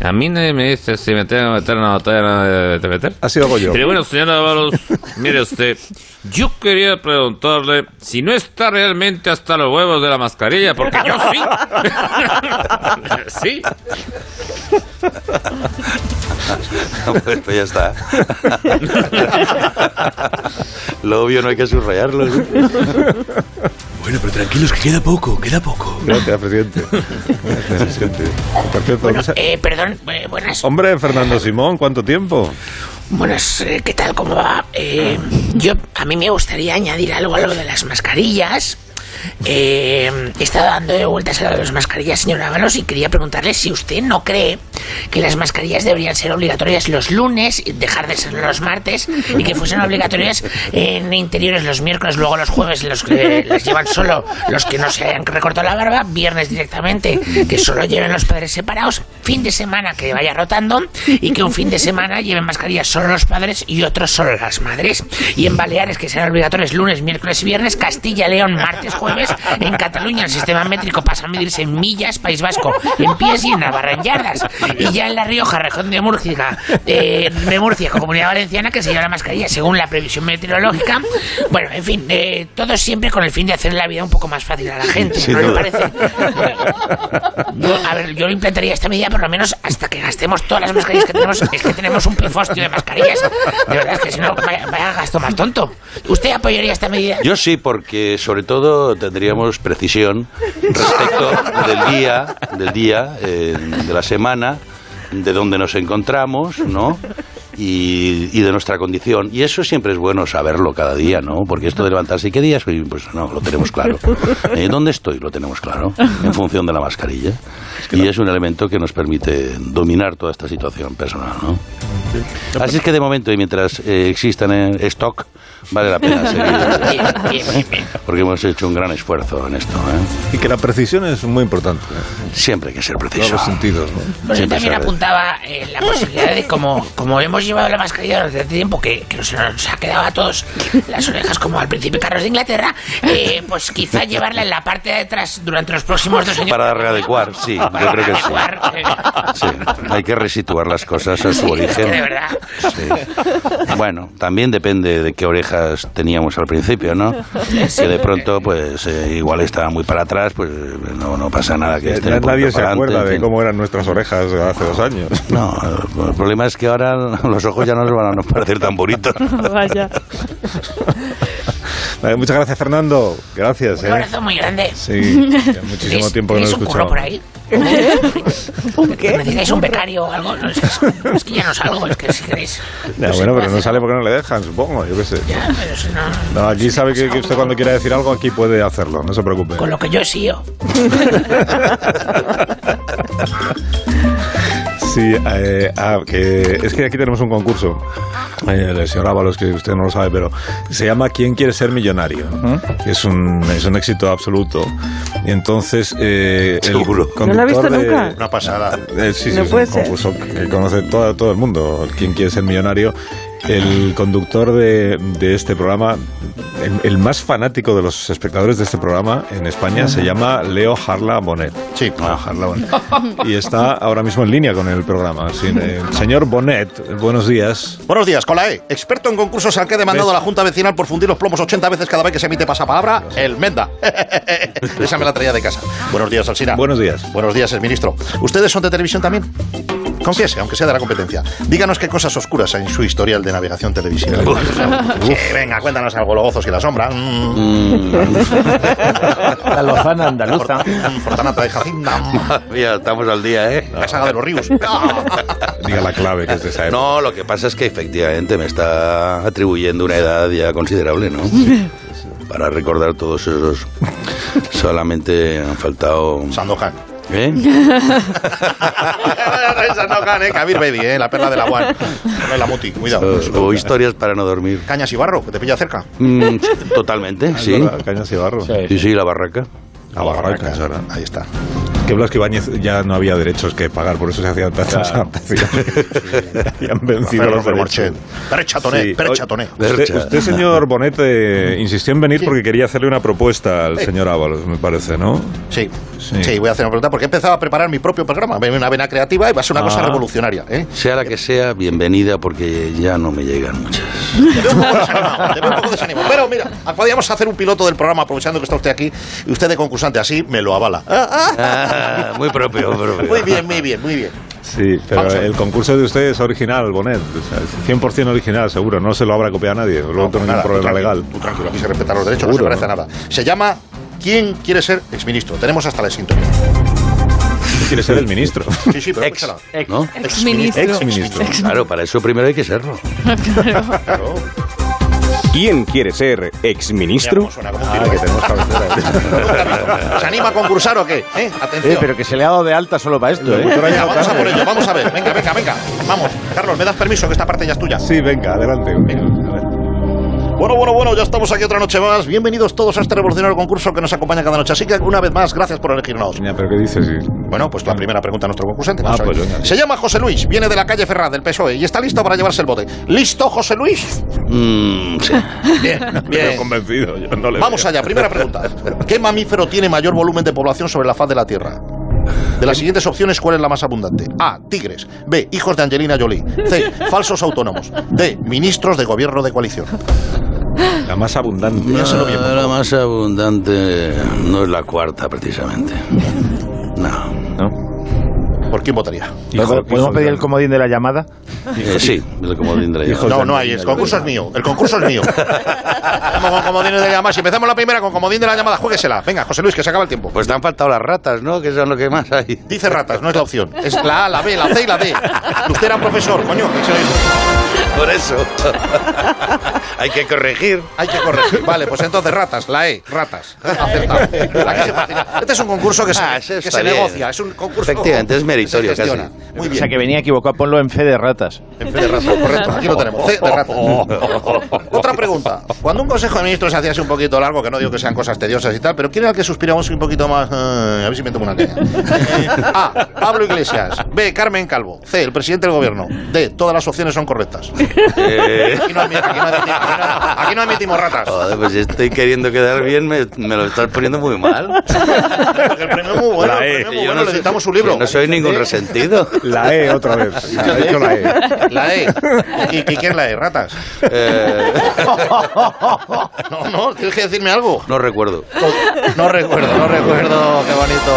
S6: A mí nadie me dice si me tengo que meter en una botella no de meter.
S1: Ha sido Goyo.
S6: Eh, Pero bueno, señor Ábalos, mire usted, yo quería preguntarle si no está realmente hasta los huevos de la mascarilla, porque yo sí. sí.
S8: Pues, pues ya está. Lo obvio no hay que subrayarlo. ¿no?
S1: Bueno, pero tranquilos, que queda poco, queda poco. Gracias, presidente. Gracias, presidente. Por cierto,
S9: Bueno,
S1: no sé-
S9: eh, perdón, eh, buenas.
S1: Hombre, Fernando Simón, ¿cuánto tiempo?
S9: Buenas, eh, ¿qué tal? ¿Cómo va? Eh, yo, a mí me gustaría añadir algo a lo de las mascarillas. Eh, he estado dando vueltas a lo de las mascarillas, señor Ábalos, y quería preguntarle si usted no cree que las mascarillas deberían ser obligatorias los lunes, y dejar de ser los martes, y que fuesen obligatorias en interiores los miércoles, luego los jueves los que las llevan solo los que no se hayan recortado la barba, viernes directamente, que solo lleven los padres separados, fin de semana que vaya rotando y que un fin de semana lleven mascarillas solo los padres y otros solo las madres. Y en Baleares, que serán obligatorios lunes, miércoles y viernes, Castilla, León, martes, jueves. En Cataluña, el sistema métrico pasa a medirse en millas, País Vasco, en pies y en Navarra, en yardas. Y ya en La Rioja, región de Murcia, eh, de Murcia, con Comunidad Valenciana, que se lleva la mascarilla según la previsión meteorológica. Bueno, en fin, eh, todo siempre con el fin de hacer la vida un poco más fácil a la gente,
S8: Sin
S9: ¿no le
S8: duda.
S9: parece? Yo, a ver, yo implantaría esta medida por lo menos hasta que gastemos todas las mascarillas que tenemos. Es que tenemos un pifostio de mascarillas. De verdad es que si no, vaya, vaya gasto más tonto. ¿Usted apoyaría esta medida?
S8: Yo sí, porque sobre todo tendríamos precisión respecto del día, del día, eh, de la semana, de dónde nos encontramos, ¿no? Y, y de nuestra condición. Y eso siempre es bueno saberlo cada día, ¿no? Porque esto de levantarse y qué día soy, pues no, lo tenemos claro. Eh, ¿Dónde estoy? Lo tenemos claro, en función de la mascarilla. Y es un elemento que nos permite dominar toda esta situación personal, ¿no? Así es que de momento, y mientras eh, existan en stock, vale la pena seguir. Porque hemos hecho un gran esfuerzo en esto. ¿eh?
S1: Y que la precisión es muy importante. ¿eh?
S8: Siempre hay que ser preciso.
S1: En todos los sentidos. ¿no?
S9: Pues yo también apuntaba eh, la posibilidad de como, como hemos llevado la mascarilla desde hace tiempo, que, que nos, nos ha quedado a todos las orejas como al príncipe Carlos de Inglaterra, eh, pues quizá llevarla en la parte de atrás durante los próximos dos años.
S8: Para readecuar, sí, yo creo que sí.
S9: Jugar, eh,
S8: Sí, Hay que resituar las cosas a su
S9: Sí, es que
S8: origen.
S9: de verdad.
S8: Sí. Bueno, también depende de qué orejas teníamos al principio, ¿no?
S9: Sí.
S8: Que de pronto, pues eh, igual estaba muy para atrás, pues no, no pasa nada que esté
S1: Ya nadie se
S8: para adelante,
S1: acuerda
S8: en
S1: de
S8: fin.
S1: cómo eran nuestras orejas hace dos años.
S8: No, el problema es que ahora los ojos ya no nos van a parecer tan bonitos.
S2: Vaya.
S1: Vale, Eh, muchas gracias, Fernando. Gracias.
S9: Un
S1: ¿eh?
S9: abrazo muy grande.
S1: Sí, ya muchísimo
S9: ¿Tenéis-
S1: tiempo que no
S9: tenéis
S1: lo
S9: un curro
S1: escuchaba.
S9: por ahí? ¿Un qué? ¿Necesitáis un becario o algo? No, es, es que ya no salgo, es que si queréis.
S1: Ya, bueno, pero no sale porque no le dejan, supongo, yo qué sé.
S9: Pero si no,
S1: No, aquí sabe que, que usted cuando quiera decir algo, aquí puede hacerlo, no se preocupe.
S9: pues con lo que yo he sido.
S1: Sí, eh, ah, que es que aquí tenemos un concurso.
S5: Ah.
S1: Eh, el señor Ábalos, que usted no lo sabe, pero se llama ¿Quién quiere ser millonario? que es un, es un éxito absoluto. Y entonces, eh, el conductor
S5: No lo he visto
S1: de-
S5: nunca. Una pasada.
S1: Eh, sí, sí,
S5: No
S1: es
S5: puede
S1: un
S5: ser.
S1: concurso que conoce todo, todo el mundo, quien quiere ser millonario. El conductor de, de este programa, el, el más fanático de los espectadores de este programa en España, se llama Leo Harla Bonet. Sí, Harla Bonet. Y está ahora mismo en línea con el programa. Sí, eh, señor Bonet, buenos días.
S5: Buenos días, Cola E. Experto en concursos al que ha demandado
S1: ¿Ves?
S5: la Junta Vecinal por fundir los plomos 80 veces cada vez que se emite pasapalabra, el Menda. Esa me la traía de casa. Buenos días, Alsina.
S1: Buenos días.
S5: Buenos días, el ministro. ¿Ustedes son de televisión también? Confiese, aunque sea de la competencia. Díganos qué cosas oscuras hay en su historial de navegación televisiva. Sí, venga, cuéntanos algo, los gozos y la sombra.
S4: Mm. La lozana andaluza.
S5: Fortanata de Jacinta.
S8: Mira, estamos al día, ¿eh?
S5: La saga de los ríos.
S1: Diga la clave que es de esa época.
S8: No, lo que pasa es que efectivamente me está atribuyendo una edad ya considerable, ¿no? Para recordar todos esos. Solamente han faltado.
S5: Sandokan.
S8: ¿Eh?
S5: Sandokan, eh, Kabir Baby, eh, la perla de la One. La Muti, cuidado.
S8: Eh, O, o historias para no dormir.
S5: Cañas y barro, que te pilla cerca.
S8: Mm, totalmente, sí.
S1: Ah, verdad, Cañas y barro. Sí.
S8: Sí, sí, la barraca.
S1: La barraca, es verdad.
S5: Ahí está.
S1: Que Blasco Ibáñez ya no había derechos que pagar, por eso se hacían tantas
S5: Claro.
S1: adaptaciones. Y han vencido
S5: Rafael
S1: los
S5: Romero
S1: derechos.
S5: Marchet. Percha Toné,
S1: Sí.
S5: percha Toné.
S1: Usted, usted, señor Bonet, eh, insistió en venir porque quería hacerle una propuesta al señor Ábalos, me parece, ¿no?
S5: Sí. Sí, voy a hacer una pregunta porque he empezado a preparar mi propio programa. Me viene una vena creativa y va a ser una
S8: Ah.
S5: cosa revolucionaria. ¿eh?
S8: Sea la que sea, bienvenida porque ya no me llegan muchas.
S5: Te veo un poco desanimado, te veo un poco desanimado. Pero mira, podríamos hacer un piloto del programa aprovechando que está usted aquí y usted de concursante, así me lo avala. Ah,
S8: Ah, muy propio,
S5: ah.
S8: propio.
S5: Muy bien, muy bien, muy bien.
S1: Sí, pero
S5: Vamos a ver.
S1: el concurso de usted es original, Bonet. o sea, es 100% original, seguro. No se lo habrá copiado a nadie. Luego tengo
S5: pues nada,
S1: un problema
S5: tú tranquilo,
S1: legal.
S5: Tú tranquilo, aquí se respetan los derechos, no se parece a nada. Se llama ¿Quién quiere ser exministro? Tenemos hasta la sintonía.
S1: Quiere ser el ministro.
S5: Sí, sí, pero
S8: Ex,
S5: escúchala.
S8: ¿no?
S2: Exministro. Exministro.
S8: Claro, para eso primero hay que serlo.
S14: ¿Quién quiere ser exministro?
S1: Ah, que tenemos ¿eh?
S5: ¿Se anima a concursar o qué? ¿Eh? Atención.
S4: Eh, pero que se le ha dado de alta solo para esto, ¿eh?
S5: Venga, vamos a por ello, vamos a ver. Venga, venga, venga. Vamos. Carlos, ¿me das permiso que esta parte ya es tuya?
S1: Sí, venga, adelante.
S5: Bueno, bueno, bueno, ya estamos aquí otra noche más. Bienvenidos todos a este revolucionario concurso que nos acompaña cada noche. Así que una vez más, gracias por elegirnos.
S1: ¿Pero qué dices?
S5: Bueno, pues la primera pregunta a nuestro concursante.
S1: Ah,
S5: vamos a ver.
S1: pues venga.
S5: Se llama José Luis, viene de la calle Ferraz, del PSOE, E, y está listo para llevarse el bote. ¿Listo, José Luis? Bien, bien.
S1: convencido, yo no le
S5: Vamos
S1: veo.
S5: allá, primera pregunta. ¿Qué mamífero tiene mayor volumen de población sobre la faz de la Tierra? De las siguientes opciones, ¿cuál es la más abundante? A. Tigres. B. Hijos de Angelina Jolie. C. Falsos autónomos. D. Ministros de gobierno de coalición.
S1: La más abundante.
S5: Piénsalo bien,
S8: la más abundante no es la cuarta, precisamente. No.
S5: ¿Por quién votaría?
S4: ¿Podemos pedir el comodín de la llamada?
S8: Eh, sí, el comodín de la llamada.
S5: No, no hay, el concurso es mío. El concurso es mío. Vamos con comodines de llamada. Si empezamos la primera con comodín de la llamada, juéguesela. Venga, José Luis, que se acaba el tiempo.
S8: Pues te han faltado las ratas, ¿no? Que son lo que más hay.
S5: Dice ratas, no es la opción. Es la A, la B, la C y la D. Usted era profesor, coño. que se lo hizo.
S8: Por eso. hay que corregir.
S5: Hay que corregir. Vale, pues entonces ratas, la E, ratas. Acertado. La que se fascina. Este es un concurso que se,
S8: Ah, eso
S5: que
S8: está
S5: se
S8: bien.
S5: negocia, es un concurso.
S8: Efectivamente, es meritorio
S5: que se
S8: casi.
S5: gestiona. Muy
S4: O
S5: bien.
S4: sea, que venía equivocado, ponlo en fe de ratas.
S5: En fe de ratas, correcto. Aquí lo tenemos. C de ratas. Otra pregunta. Cuando un consejo de ministros se hacía así un poquito largo, que no digo que sean cosas tediosas y tal, pero ¿quién era el que suspiramos un poquito más? Eh, a ver si me tomo una caña. Eh, A. Pablo Iglesias. B. Carmen Calvo. C. El presidente del gobierno. D. Todas las opciones son correctas.
S8: Eh.
S5: Aquí no, admi- aquí no admi- aquí no- aquí no admitimos ratas.
S8: Joder, pues si estoy queriendo quedar bien, me, me lo estás poniendo muy mal.
S5: Porque el premio es muy bueno.
S8: La
S5: El
S8: E.
S5: premio es
S8: Yo
S5: muy bueno.
S8: no
S5: le
S8: soy-
S5: editamos un libro.
S8: No soy ningún resentido.
S1: La E otra vez. Ha dicho la E.
S5: La E. ¿Y, y quién es la E? ¿Ratas?
S8: Eh,
S5: No, no, tienes que decirme algo.
S8: no recuerdo.
S5: No recuerdo, no recuerdo, qué bonito.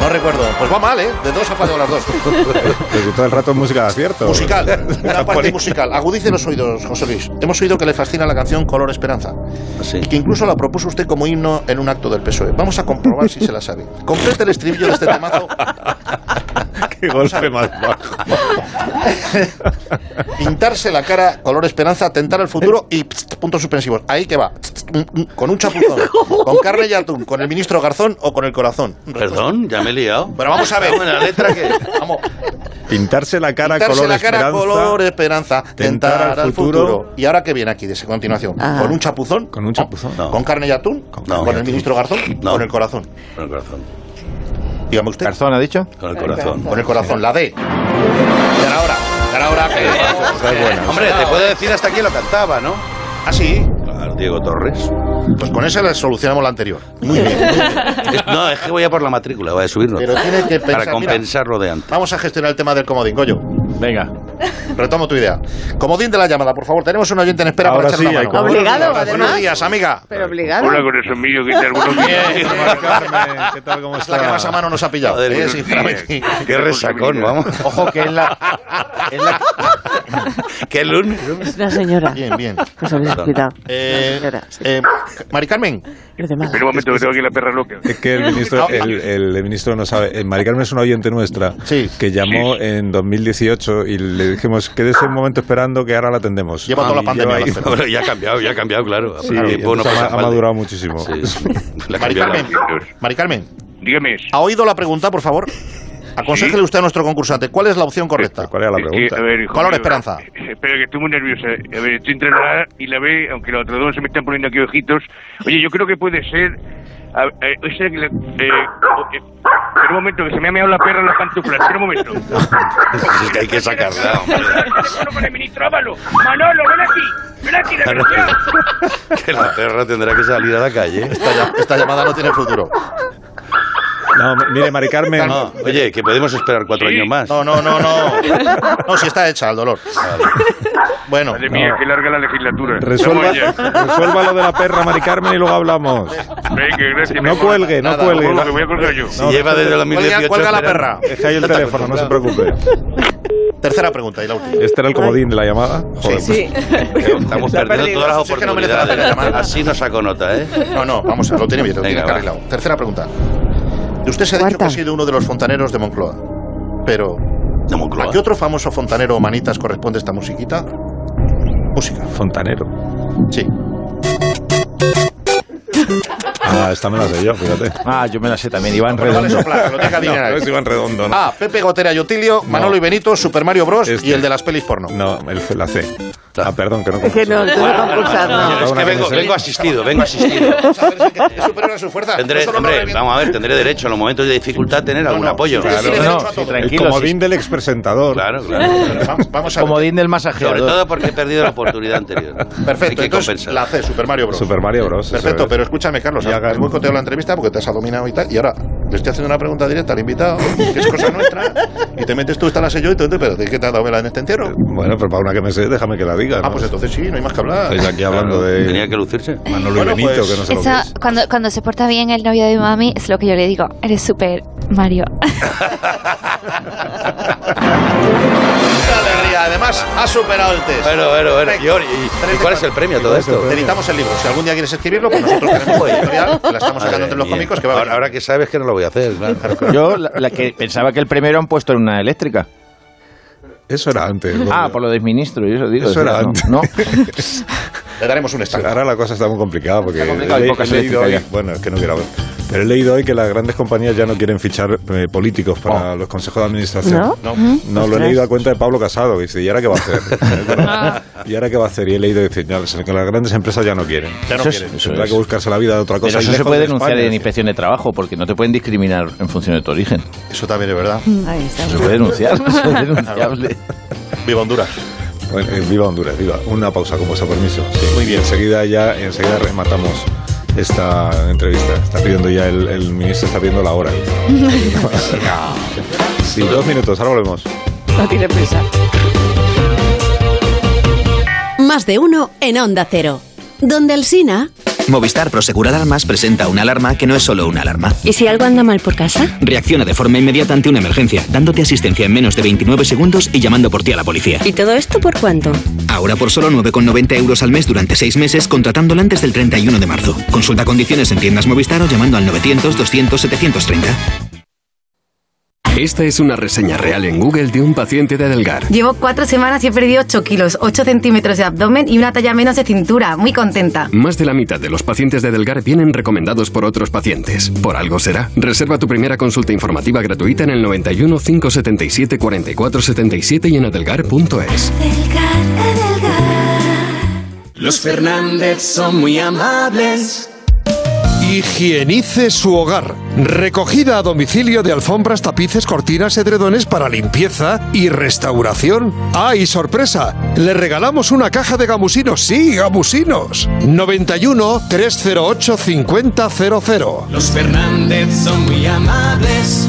S5: No recuerdo. Pues va mal, ¿eh? De dos ha fallado las dos.
S1: Pero si todo el rato es música de acierto.
S5: Musical, una parte musical. Agudice los oídos, José Luis. Hemos oído que le fascina la canción Color Esperanza. Y que incluso la propuso usted como himno en un acto del PSOE. E. Vamos a comprobar si se la sabe. Complete el estribillo de este temazo.
S1: Qué golpe más bajo.
S5: Pintarse la cara, color esperanza, tentar el futuro y pst, puntos suspensivos. Ahí que va. Pst, mm, mm, Con un chapuzón, con carne y atún, con el ministro Garzón o con el corazón.
S8: Perdón, ya me he liado.
S5: Pero vamos a ver.
S8: Vamos, la letra que.
S5: Vamos.
S1: Pintarse la cara
S5: Pintarse
S1: color
S5: la cara
S1: esperanza.
S5: color esperanza, tentar,
S1: tentar al
S5: al futuro.
S1: futuro.
S5: ¿Y ahora qué viene aquí de esa continuación?
S1: Ah.
S5: ¿Con un chapuzón?
S1: Con un chapuzón.
S5: ¿Con carne y atún? ¿Con, el ministro Garzón? ¿Con el corazón?
S8: Con el corazón.
S5: Dígame usted.
S4: ¿Garzón ha dicho?
S8: Con el corazón.
S5: Con el corazón, la D. Y ahora, y ahora que-
S8: Hombre, te puedo decir hasta quién lo cantaba, ¿no?
S5: Ah, sí.
S8: Claro, Diego Torres.
S5: Pues con esa le solucionamos la anterior.
S8: Es- no, es que voy a por la matrícula, voy a subirlo.
S5: Pero tiene que pensar,
S8: Para compensar lo de antes.
S5: Vamos a gestionar el tema del comodín, Goyo.
S4: Venga.
S5: Retomo tu idea. Comodín de la llamada, por favor. Tenemos un oyente en espera
S1: Ahora
S5: para echar
S1: sí,
S5: la
S1: hay
S5: mano.
S1: comodín. Obligado,
S5: Buenos
S1: además.
S5: días, amiga.
S3: Pero obligado.
S1: corazón mío, ¿qué
S3: tal? Buenos días.
S1: ¿Qué tal? ¿Cómo
S5: Es la que más a mano nos ha pillado.
S8: Joder,
S5: eh,
S8: buenos
S5: sinceramente.
S8: días. Qué resacón, vamos.
S4: Ojo que es la... Es la
S8: Qué lunes.
S3: Es una señora.
S5: Bien, bien.
S3: Os habéis cuidado.
S5: Eh, eh, Mari Carmen.
S3: Espera
S13: un momento, que tengo aquí la perra loca.
S1: Es que el ministro, el, el ministro no sabe. Eh, Mari Carmen es una oyente nuestra que llamó en 2018 y le dijimos, quédese un momento esperando que ahora la atendemos.
S8: Lleva toda la
S1: Y
S8: pandemia,
S1: Ah, ahí-
S8: la perra. Bueno, ya ha cambiado, ya ha cambiado, claro.
S1: Sí,
S8: Claro,
S1: y
S8: puedo no
S5: pues
S1: entonces
S8: pasar
S1: ha, ha
S8: mal de-
S1: madurado muchísimo.
S8: La
S5: Mari
S8: cambió la-
S5: Carmen. Mari Carmen.
S13: Dígame.
S5: ¿Ha oído la pregunta, por favor? Aconsejele usted a nuestro concursante. ¿Cuál es la opción correcta?
S1: ¿Cuál era la
S13: pregunta? a ver, hijo
S5: Color
S13: mío.
S5: esperanza.
S13: Eh, Espera, que estoy muy nerviosa. eh. A ver, estoy entre la A y la B, aunque los otros dos se me están poniendo aquí ojitos. Oye, yo creo que puede ser... a-
S8: Eh,
S13: a- o sea, que la- eh, o- eh, espera un momento, que se me ha meado la perra en la pantufla. Espera un momento.
S8: Es que hay que sacarla, hombre.
S13: Manolo, ven aquí. Ven aquí, desgraciado.
S8: Que la perra tendrá que salir a la calle.
S5: Esta llamada no tiene futuro.
S1: No, mire, Mari Carmen.
S8: oye, que podemos esperar cuatro años más.
S5: No, no, no, no. No, si está hecha el dolor. Bueno.
S13: Madre mía, qué larga la legislatura.
S1: Resuelva,
S13: Vamos allá.
S1: resuelva lo de la perra, Mari Carmen, y luego hablamos.
S13: Venga, gracias.
S1: No cuelgue, no cuelgue.
S13: Lo voy a colgar yo.
S1: No, no, no,
S5: perra.
S1: Es que hay el teléfono, no se preocupe.
S5: Tercera pregunta y la última.
S1: Este era el comodín de la llamada. Joder,
S5: Sí.
S8: Estamos perdiendo
S5: perdido.
S8: todas las
S5: Si es que no merece la
S8: oportunidades.
S5: pena llamar.
S8: Así no saco nota, ¿eh?
S5: No, no, vamos, lo tiene bien, lo tiene
S8: Venga, va.
S5: carrilado. Tercera pregunta. Usted se ha dicho que ha sido uno de los fontaneros de Moncloa. Pero, ¿a qué otro famoso fontanero o manitas corresponde esta musiquita? Música.
S1: Fontanero.
S5: Sí.
S1: Ah, esta me la sé yo, fíjate.
S4: Ah, yo me la sé también, Iván
S5: Pero vale
S4: Redondo.
S5: soplar, pero tenga
S1: No,
S5: adivinar.
S1: no es Iván Redondo, ¿no?
S5: A. Pepe Gotera y Otilio, Manolo y Benito, Super Mario Bros. y el de las pelis porno.
S1: No, Este. el la C. Ah, perdón, que no.
S25: Es que no, tú no concursas, no.
S8: Es que vengo, vengo asistido, vengo asistido.
S5: Superior a su fuerza.
S8: Tendré,
S5: Eso no
S8: hombre,
S5: lo revienta.
S8: vamos a ver, tendré derecho en los momentos de dificultad tener algún apoyo.
S1: Claro, no, sí, tranquilo, El comodín del expresentador.
S8: Claro, claro.
S5: Vamos, vamos a ver.
S4: Comodín del masajero.
S8: Sobre todo porque he perdido la oportunidad anterior.
S5: Perfecto, entonces la C, Super Mario Bros.
S1: Super Mario Bros.
S5: Perfecto,
S1: eso es.
S5: pero escúchame, Carlos, has boicoteado la entrevista porque te has dominado y tal, y ahora le estoy haciendo una pregunta directa al invitado, que es cosa nuestra, y te metes tú, esta la sé yo, y tú, pero ¿qué te ha dado vela en este entierro?
S1: Eh, Bueno, pero para una que me sé, déjame que la diga.
S5: Ah, pues entonces sí, no hay más que hablar.
S1: Estáis aquí hablando de. Tenía
S8: que lucirse.
S1: Manolo
S5: Bueno,
S1: y Benito,
S5: pues,
S1: que no se lo
S7: Eso, cuando, cuando se porta bien el novio de mi mami, es lo que yo le digo. Eres súper Mario.
S5: Qué alegría. Además, ha superado el test.
S8: Bueno, bueno, bueno. ¿Y, ahora- y- y cuál es el premio a todo esto?
S5: Te editamos el libro. Si algún día quieres escribirlo, pues nosotros tenemos una editorial, que la estamos sacando entre los cómicos, Pues que va a
S8: ahora, ahora que sabes que no lo voy a hacer, claro.
S4: Yo la, la que pensaba que el primero era un puesto en una eléctrica.
S1: Eso era antes.
S4: Ah, por lo de ministro, yo eso digo.
S1: Eso era
S4: no,
S1: antes.
S4: No,
S5: Le daremos un stand.
S1: Ahora la cosa está muy complicada porque
S4: Está complicado,
S1: he-
S4: hay pocas
S1: he leído hoy,
S4: eléctricas ya.
S1: bueno, es que no quiero hablar. Pero he leído hoy que las grandes compañías ya no quieren fichar eh, políticos para los consejos de administración.
S16: ¿No?
S1: no,
S16: No.
S1: lo he
S16: Ostras.
S1: leído a cuenta de Pablo Casado. que Dice, ¿y ahora qué va a hacer? ¿Y ahora qué va a hacer? Y he leído dice, no, que las grandes empresas ya no quieren.
S4: Ya no
S1: Eso es-
S4: quieren.
S1: Tendrá que buscarse la vida de otra cosa.
S4: pero
S1: y
S4: eso se
S1: lejos
S4: puede
S1: de
S4: denunciar
S1: España.
S4: en inspección de trabajo porque no te pueden discriminar en función de tu origen.
S5: Eso también es verdad.
S25: Ahí está.
S4: Se puede denunciar, eso es denunciable.
S5: Viva Honduras.
S1: Bueno, eh, viva Honduras, viva. Una pausa con vuestro permiso. Muy bien. Enseguida ya, enseguida rematamos esta entrevista. Está pidiendo ya el, el ministro, está pidiendo la hora. sí, dos minutos, ahora volvemos.
S25: No tiene prisa.
S15: Más de uno en Onda Cero. Donde Alsina.
S17: Movistar Prosegur Alarmas presenta una alarma que no es solo una alarma.
S15: ¿Y si algo anda mal por casa?
S17: Reacciona de forma inmediata ante una emergencia, dándote asistencia en menos de 29 segundos y llamando por ti a la policía.
S18: ¿Y todo esto por cuánto?
S17: Ahora por solo 9,90 euros al mes durante 6 meses, contratándola antes del 31 de marzo. Consulta condiciones en tiendas Movistar o llamando al 900 200 730.
S19: Esta es una reseña real en Google de un paciente de Adelgar.
S23: Llevo cuatro semanas y he perdido 8 kilos, 8 centímetros de abdomen y una talla menos de cintura. Muy contenta.
S19: Más de la mitad de los pacientes de Adelgar vienen recomendados por otros pacientes. Por algo será. Reserva tu primera consulta informativa gratuita en el 91 577 44 77 y en adelgar.es.
S26: Los Fernández son muy amables.
S27: Higienice su hogar. Recogida a domicilio de alfombras, tapices, cortinas, edredones para limpieza y restauración. ¡Ah, y sorpresa! Le regalamos una caja de gamusinos. Sí, gamusinos. 91 308 5000.
S26: Los Fernández son muy amables.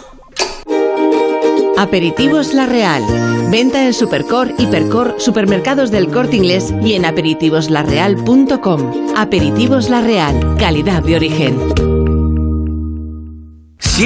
S3: Aperitivos La Real. Venta en Supercor, Hipercor, Supermercados del Corte Inglés y en aperitivoslarreal.com. Aperitivos La Real. Calidad de origen.
S28: Si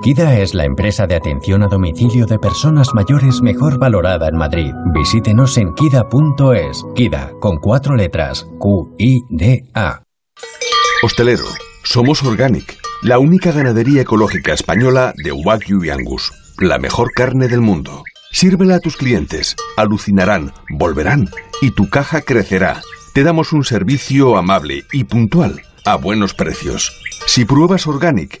S29: KIDA es la empresa de atención a domicilio de personas mayores mejor valorada en Madrid. Visítenos en kida.es. KIDA, con cuatro letras. Q-I-D-A.
S30: Hostelero, somos Organic, la única ganadería ecológica española de Wagyu y Angus, la mejor carne del mundo. Sírvela a tus clientes, alucinarán, volverán y tu caja crecerá. Te damos un servicio amable y puntual, a buenos precios. Si pruebas Organic,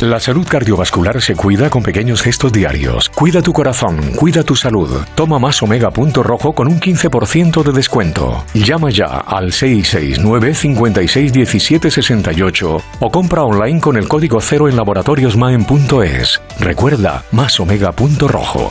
S12: La salud cardiovascular se cuida con pequeños gestos diarios. Cuida tu corazón, cuida tu salud. Toma más omega punto rojo con un 15% de descuento. Llama ya al 669 56 17 68 o compra online con el código cero en laboratoriosmaen.es. Recuerda, más omega punto rojo.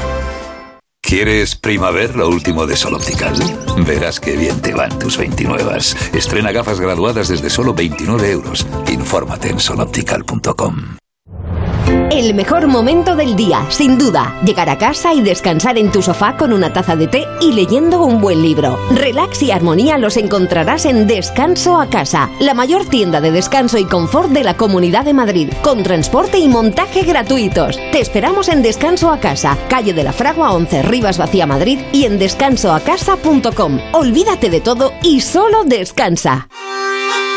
S18: ¿Quieres Primavera, lo último de Sol Optical? Verás qué bien te van tus 29. Estrena gafas graduadas desde solo 29 euros. Infórmate en soloptical.com. El mejor momento del día, sin duda. Llegar a casa y descansar en tu sofá con una taza de té y leyendo un buen libro. Relax y armonía los encontrarás en Descanso a Casa, la mayor tienda de descanso y confort de la Comunidad de Madrid, con transporte y montaje gratuitos. Te esperamos en Descanso a Casa, calle de la Fragua 11, Rivas Vacía Madrid y en descansoacasa.com. Olvídate de todo y solo descansa.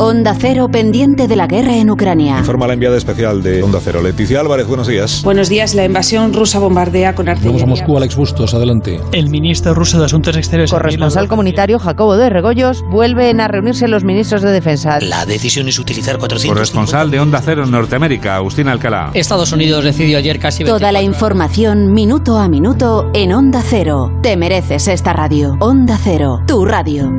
S15: Onda Cero pendiente de la guerra en Ucrania.
S1: Informa la enviada especial de Onda Cero, Leticia Álvarez, buenos días.
S31: Buenos días. La invasión rusa bombardea con
S32: Vamos a
S31: artillería.
S32: Moscú, Alex Bustos, adelante.
S19: El ministro ruso de Asuntos Exteriores.
S33: Corresponsal comunitario Jacobo de Regoyos vuelven a reunirse los ministros de Defensa.
S34: La decisión es utilizar 400.
S35: Corresponsal de Onda Cero en Norteamérica, Agustín Alcalá.
S34: Estados Unidos decidió ayer casi.
S15: Toda la información minuto a minuto en Onda Cero. Te mereces esta radio. Onda Cero, tu radio.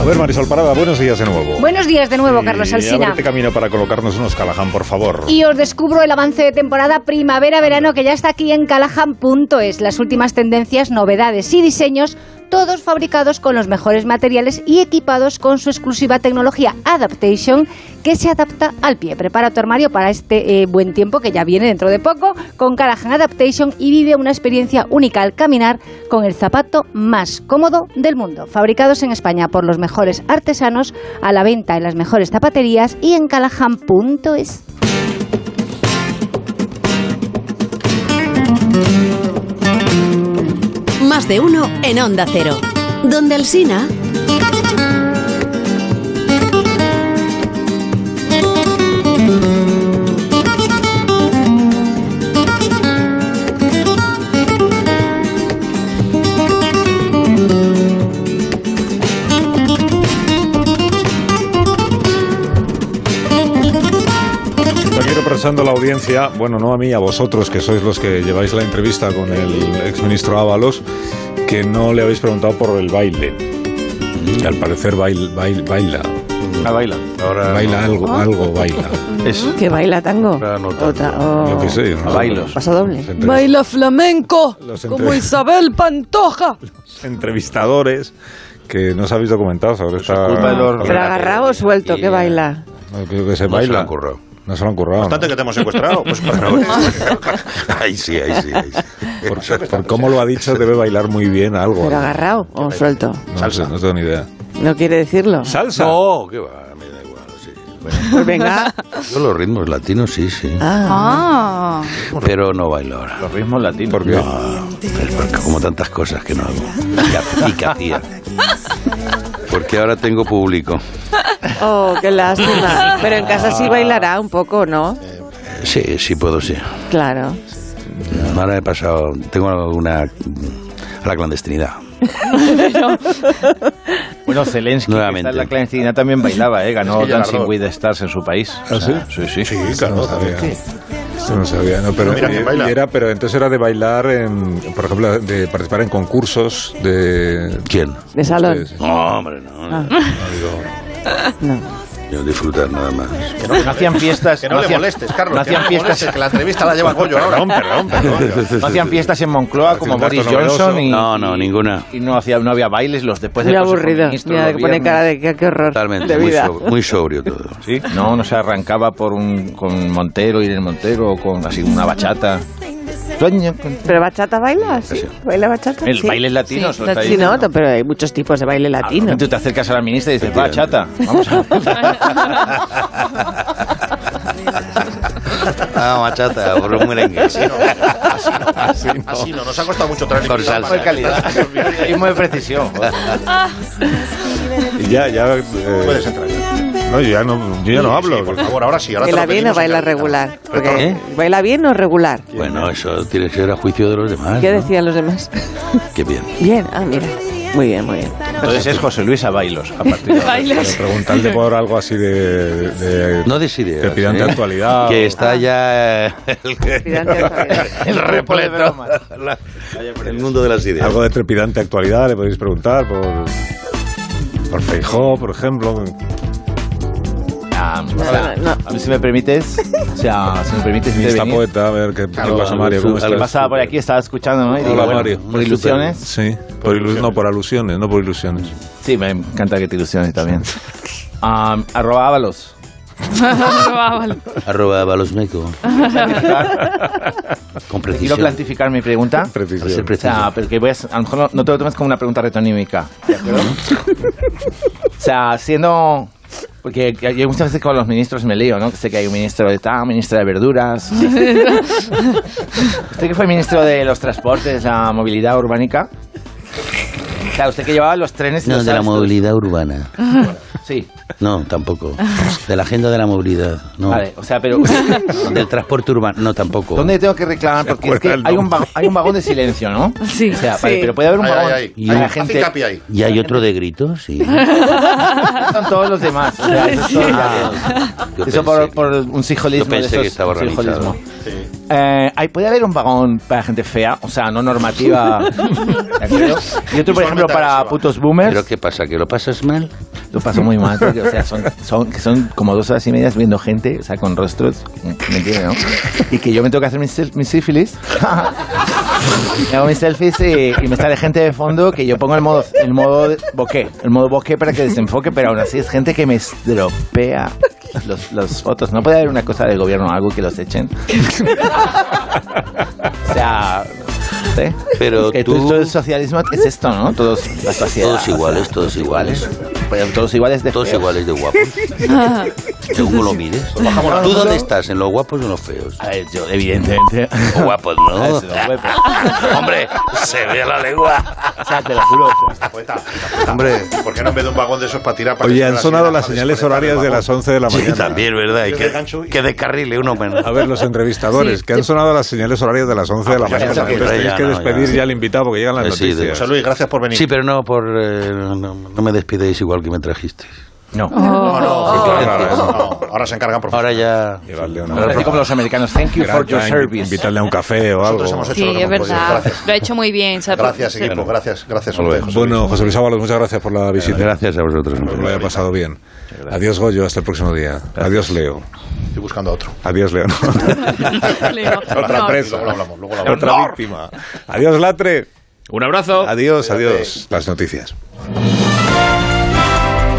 S1: A ver, Marisol Parada, buenos días de nuevo.
S22: Buenos días de nuevo, Carlos
S1: Y
S22: Alsina.
S1: ábrete camino para colocarnos unos Callahan, por favor.
S22: Y os descubro el avance de temporada primavera-verano que ya está aquí en Callahan.es. Las últimas tendencias, novedades y diseños, todos fabricados con los mejores materiales y equipados con su exclusiva tecnología Adaptation que se adapta al pie. Prepara tu armario para este eh, buen tiempo que ya viene dentro de poco con Callahan Adaptation y vive una experiencia única al caminar con el zapato más cómodo del mundo. Fabricados en España por los mejores artesanos, a la venta en las mejores zapaterías y en callahan.es.
S15: Más de uno en Onda Cero. Donde Alsina.
S1: Está aquí representando a la audiencia, bueno, no a mí, a vosotros, que sois los que lleváis la entrevista con el exministro Ábalos, que no le habéis preguntado por el baile. Que al parecer bail- bail- baila.
S4: Ah, baila.
S1: Ahora baila algo,
S3: Ah.
S1: algo baila.
S3: Que baila tango. Otra- oh.
S1: Yo qué sé. no sé.
S3: Pasodoble.
S1: Los entre-
S3: Baila flamenco,
S1: Los entre-
S3: como Isabel Pantoja.
S1: entrevistadores que no os habéis documentado sobre esta...
S3: culpa de los-
S1: sobre-
S3: Pero agarrado o suelto, que baila.
S1: No, creo que se
S5: se
S1: baila.
S5: lo han
S1: No se lo han currado.
S5: Bastante
S1: ¿no?
S5: que te hemos secuestrado, pues, para no-
S1: Ahí sí, ahí sí. Por, por cómo lo ha dicho, debe bailar muy bien algo.
S3: Pero agarrado o suelto.
S1: No sé, no tengo ni idea.
S3: No quiere decirlo.
S1: ¿Salsa?
S8: No, qué va, me da igual. sí. Bueno,
S3: Pues venga.
S8: yo los ritmos latinos sí, sí.
S22: Ah.
S8: Pero no bailo ahora.
S4: Los ritmos latinos.
S8: ¿Por qué? No, pues porque como tantas cosas que no hago. Y ha- Y que hacía. Porque ahora tengo público.
S3: Oh, qué lástima. Pero en casa sí bailará un poco, ¿no?
S8: Sí, sí puedo, sí.
S3: Claro.
S8: Ahora he pasado, tengo alguna a la clandestinidad.
S4: Bueno, Zelensky, que está en la clandestinidad, también bailaba, ¿eh? Ganó
S8: Es que ya
S4: Dancing
S8: ganó.
S1: ¿Ah,
S4: with the Stars en su país. O sea, sí? Sí, sí.
S1: claro, sabía. Esto no sabía, no, pero,
S5: Mira quién
S1: eh,
S5: baila.
S1: y era, pero entonces era de bailar, en, por ejemplo, de participar en concursos de...
S8: ¿Quién?
S3: De salón.
S8: No, hombre, no.
S3: Ah.
S8: Yo disfrutar nada más.
S4: Que no, que no hacían fiestas.
S5: Que no le
S4: hacían-
S5: molestes, Carlos,
S4: No
S5: que no
S4: hacían
S5: le
S4: fiestas.
S5: molestes, que la entrevista la lleva Goyo ahora.
S4: Perdón, perdón, perdón. No hacían fiestas en Moncloa como
S8: Hace un
S4: Boris
S8: dato
S4: Johnson
S8: novedoso.
S4: y.
S8: No, no, ninguna.
S4: Y no, hacía, no había bailes los después de
S3: Muy aburrido. Mira, que pone cara de qué, qué horror.
S4: Totalmente,
S3: de
S4: muy
S3: vida.
S4: sobre- muy sobrio todo. ¿Sí? No, no se arrancaba por un, con Montero, ir en Montero, o con así una bachata. Sueño con-
S3: ¿Pero bachata baila? ¿Sí? ¿Baila bachata?
S4: El
S3: Sí.
S4: baile latino,
S3: Sí,
S4: lo está
S3: sí,
S4: diciendo.
S3: no, t- pero hay muchos tipos de baile latino.
S4: Tú te acercas a la ministra y dices, va, chata, vamos a
S8: Ah, machata, por un merengue.
S5: Así no, así no, así no. Nos ha costado mucho traer
S8: Con salsa.
S5: de calidad.
S4: Y muy de precisión.
S8: Ah.
S1: Y ya, ya... eh,
S5: Puedes entrar.
S1: no, yo ya no, yo ya no hablo.
S5: Por favor, ahora sí. Ahora te
S3: ¿Baila
S5: lo
S3: bien o
S5: pedimos.
S3: baila regular? Porque
S8: ¿Eh?
S3: ¿Baila bien o regular?
S8: Bueno, eso tiene que ser a juicio de los
S5: Ah,
S8: demás.
S3: ¿Qué
S8: ¿no?
S3: decían los demás?
S8: Qué bien.
S3: Bien, ah, mira. Muy bien, muy bien.
S4: Entonces es José Luis a bailos. A partir de ahora.
S1: Pero preguntarle por algo así de... de-
S8: No ¿eh? decidieras.
S1: Que pidan de actualidad.
S8: Que
S4: Ah.
S8: está ya eh, el repleto. la- El mundo de las ideas.
S1: Algo de trepidante actualidad le podéis preguntar por... Por Feijó, por ejemplo.
S4: Ah, o sea,
S3: No, no.
S4: a mí, si me permites, o sea, si me permites,
S1: Ni esta
S4: intervenir.
S1: poeta, a ver qué, qué
S4: Claro,
S1: pasa, Mario. ¿Cómo
S4: al-
S1: estás?
S4: pasaba por aquí, estaba escuchando, ¿no? Y digo,
S1: Hola,
S4: bueno,
S1: Mario.
S4: Por ilusiones.
S1: Sí, por ilusiones. No, por alusiones, no por ilusiones.
S4: Sí, me encanta que te ilusiones también. Am, Um, arroba Ábalos.
S8: Arroba balosmeco. Con
S4: Quiero
S8: precisión.
S4: plantificar mi pregunta.
S8: Para ser
S4: O
S8: preciso.
S4: sea, porque voy a, a lo mejor no, no te lo tomes como una pregunta retonímica. ¿De acuerdo? o sea, siendo. Porque que- yo muchas veces con los ministros me leo, ¿no? Que sé que hay un ministro de tal, ministro de verduras. usted que fue ministro de los transportes, la movilidad urbánica. Claro, usted que llevaba los trenes. y
S8: No,
S4: los
S8: de la
S4: astros.
S8: movilidad urbana.
S4: Sí,
S8: No, tampoco. De la agenda de la movilidad. No.
S4: vale. O sea, pero.
S8: Del transporte urbano. No, tampoco.
S4: ¿Dónde tengo que reclamar? Porque es que
S8: acuerdas,
S4: hay
S8: no?
S4: un, vagón, hay un vagón de silencio, ¿no?
S3: Sí,
S4: O sea, vale,
S3: sí.
S4: pero puede haber un
S5: Ahí,
S4: vagón.
S5: ahí, ahí.
S8: Y
S4: a
S8: hay-
S4: la gente.
S5: Haz hincapié ahí.
S8: ¿Y hay otro de gritos? Sí.
S4: Son todos los demás. o sea, eso es todo-
S8: Yo
S4: Ah. Eso
S8: pensé-
S4: por, por un sijolismo.
S8: yo pensé
S4: de esos-
S8: que estaba
S4: un
S8: organizado.
S4: sijolismo. Eh, ahí puede haber un vagón para gente fea, o sea, no normativa. ¿de acuerdo? y otro, por ejemplo,
S8: ¿eh?
S4: para putos boomers.
S8: ¿Pero qué pasa? ¿Que lo pasas mal?
S4: Lo paso muy mal, porque, o sea, son, son, que son como dos horas y medias viendo gente, o sea, con rostros, ¿me entiendes, no? Y que yo me tengo que hacer mis, sel- mis sífilis. me hago mis selfies y, y me sale gente de fondo que yo pongo el modo, el modo de- bokeh, el modo bokeh para que desenfoque, pero aún así es gente que me estropea los, los fotos. No puede haber una cosa del gobierno, algo que los echen. o sea... ¿sí?
S8: Pero
S4: que
S8: tú-
S4: todo el socialismo es esto, ¿no? Todos, la sociedad,
S8: Todos iguales, todos iguales.
S4: pues, todos iguales de
S8: Todos
S4: feos.
S8: iguales de guapos. Según lo mires.
S4: bajamos
S8: ¿Tú
S4: la
S8: dónde
S4: mano.
S8: estás? ¿En los guapos o en los feos?
S4: A ver, yo, evidentemente.
S8: O guapos, ¿no?
S4: Eso, huevo.
S8: Hombre, se ve a la lengua.
S4: O sea, te lo juro.
S5: Poeta,
S8: Hombre.
S5: pues ¿por qué no en vez de un vagón de esos para tirar para que
S1: Oye,
S5: se
S1: han
S5: la
S1: sonado
S5: señal
S1: las
S5: para
S1: señales
S5: desconectar el
S1: horarias de
S5: vagón?
S1: las 11 de la
S8: Sí,
S1: mañana.
S8: también, ¿verdad? Y que, que descarrile uno menos.
S1: A ver, los entrevistadores, que han sonado las señales horarias de las 11 de la
S8: pues ya
S1: mañana.
S8: está, que
S1: Entonces tenéis
S8: ya
S1: que
S8: no,
S1: despedir
S8: ya.
S1: ya al invitado porque llegan las
S8: Pues sí, de-
S1: noticias.
S5: José Luis, gracias por venir.
S8: Sí, pero no por eh, no, no me despidáis igual que me trajisteis.
S4: No.
S5: No, no,
S8: Oh.
S5: sí, claro, no, no, ahora se encargan por
S8: Ahora ya
S1: Llevarle una-
S4: Pero así como los americanos, thank you for your
S1: Gran-
S4: service.
S1: Invitarle a un café o algo.
S5: Nosotros hemos hecho
S25: Sí,
S5: lo que
S25: es
S5: hemos podido.
S25: verdad.
S5: Gracias.
S25: Lo ha hecho muy bien. se ha-
S5: Gracias,
S25: se-
S5: equipo. Gracias, gracias. a ustedes, José
S1: Bueno, José Luis Ábalos, muchas gracias por la visita.
S8: Gracias a vosotros.
S1: Espero que lo haya pasado bien. Adiós, Goyo, hasta el próximo día. Adiós, Leo.
S5: Luis. Estoy buscando a otro.
S1: Adiós, Leo.
S25: Leo.
S1: Otra
S25: No.
S1: presa.
S5: Luego lo hablamos, luego lo hablamos.
S1: Otra víctima. Adiós, Latre.
S16: Un abrazo.
S1: Adiós, adiós. Las noticias.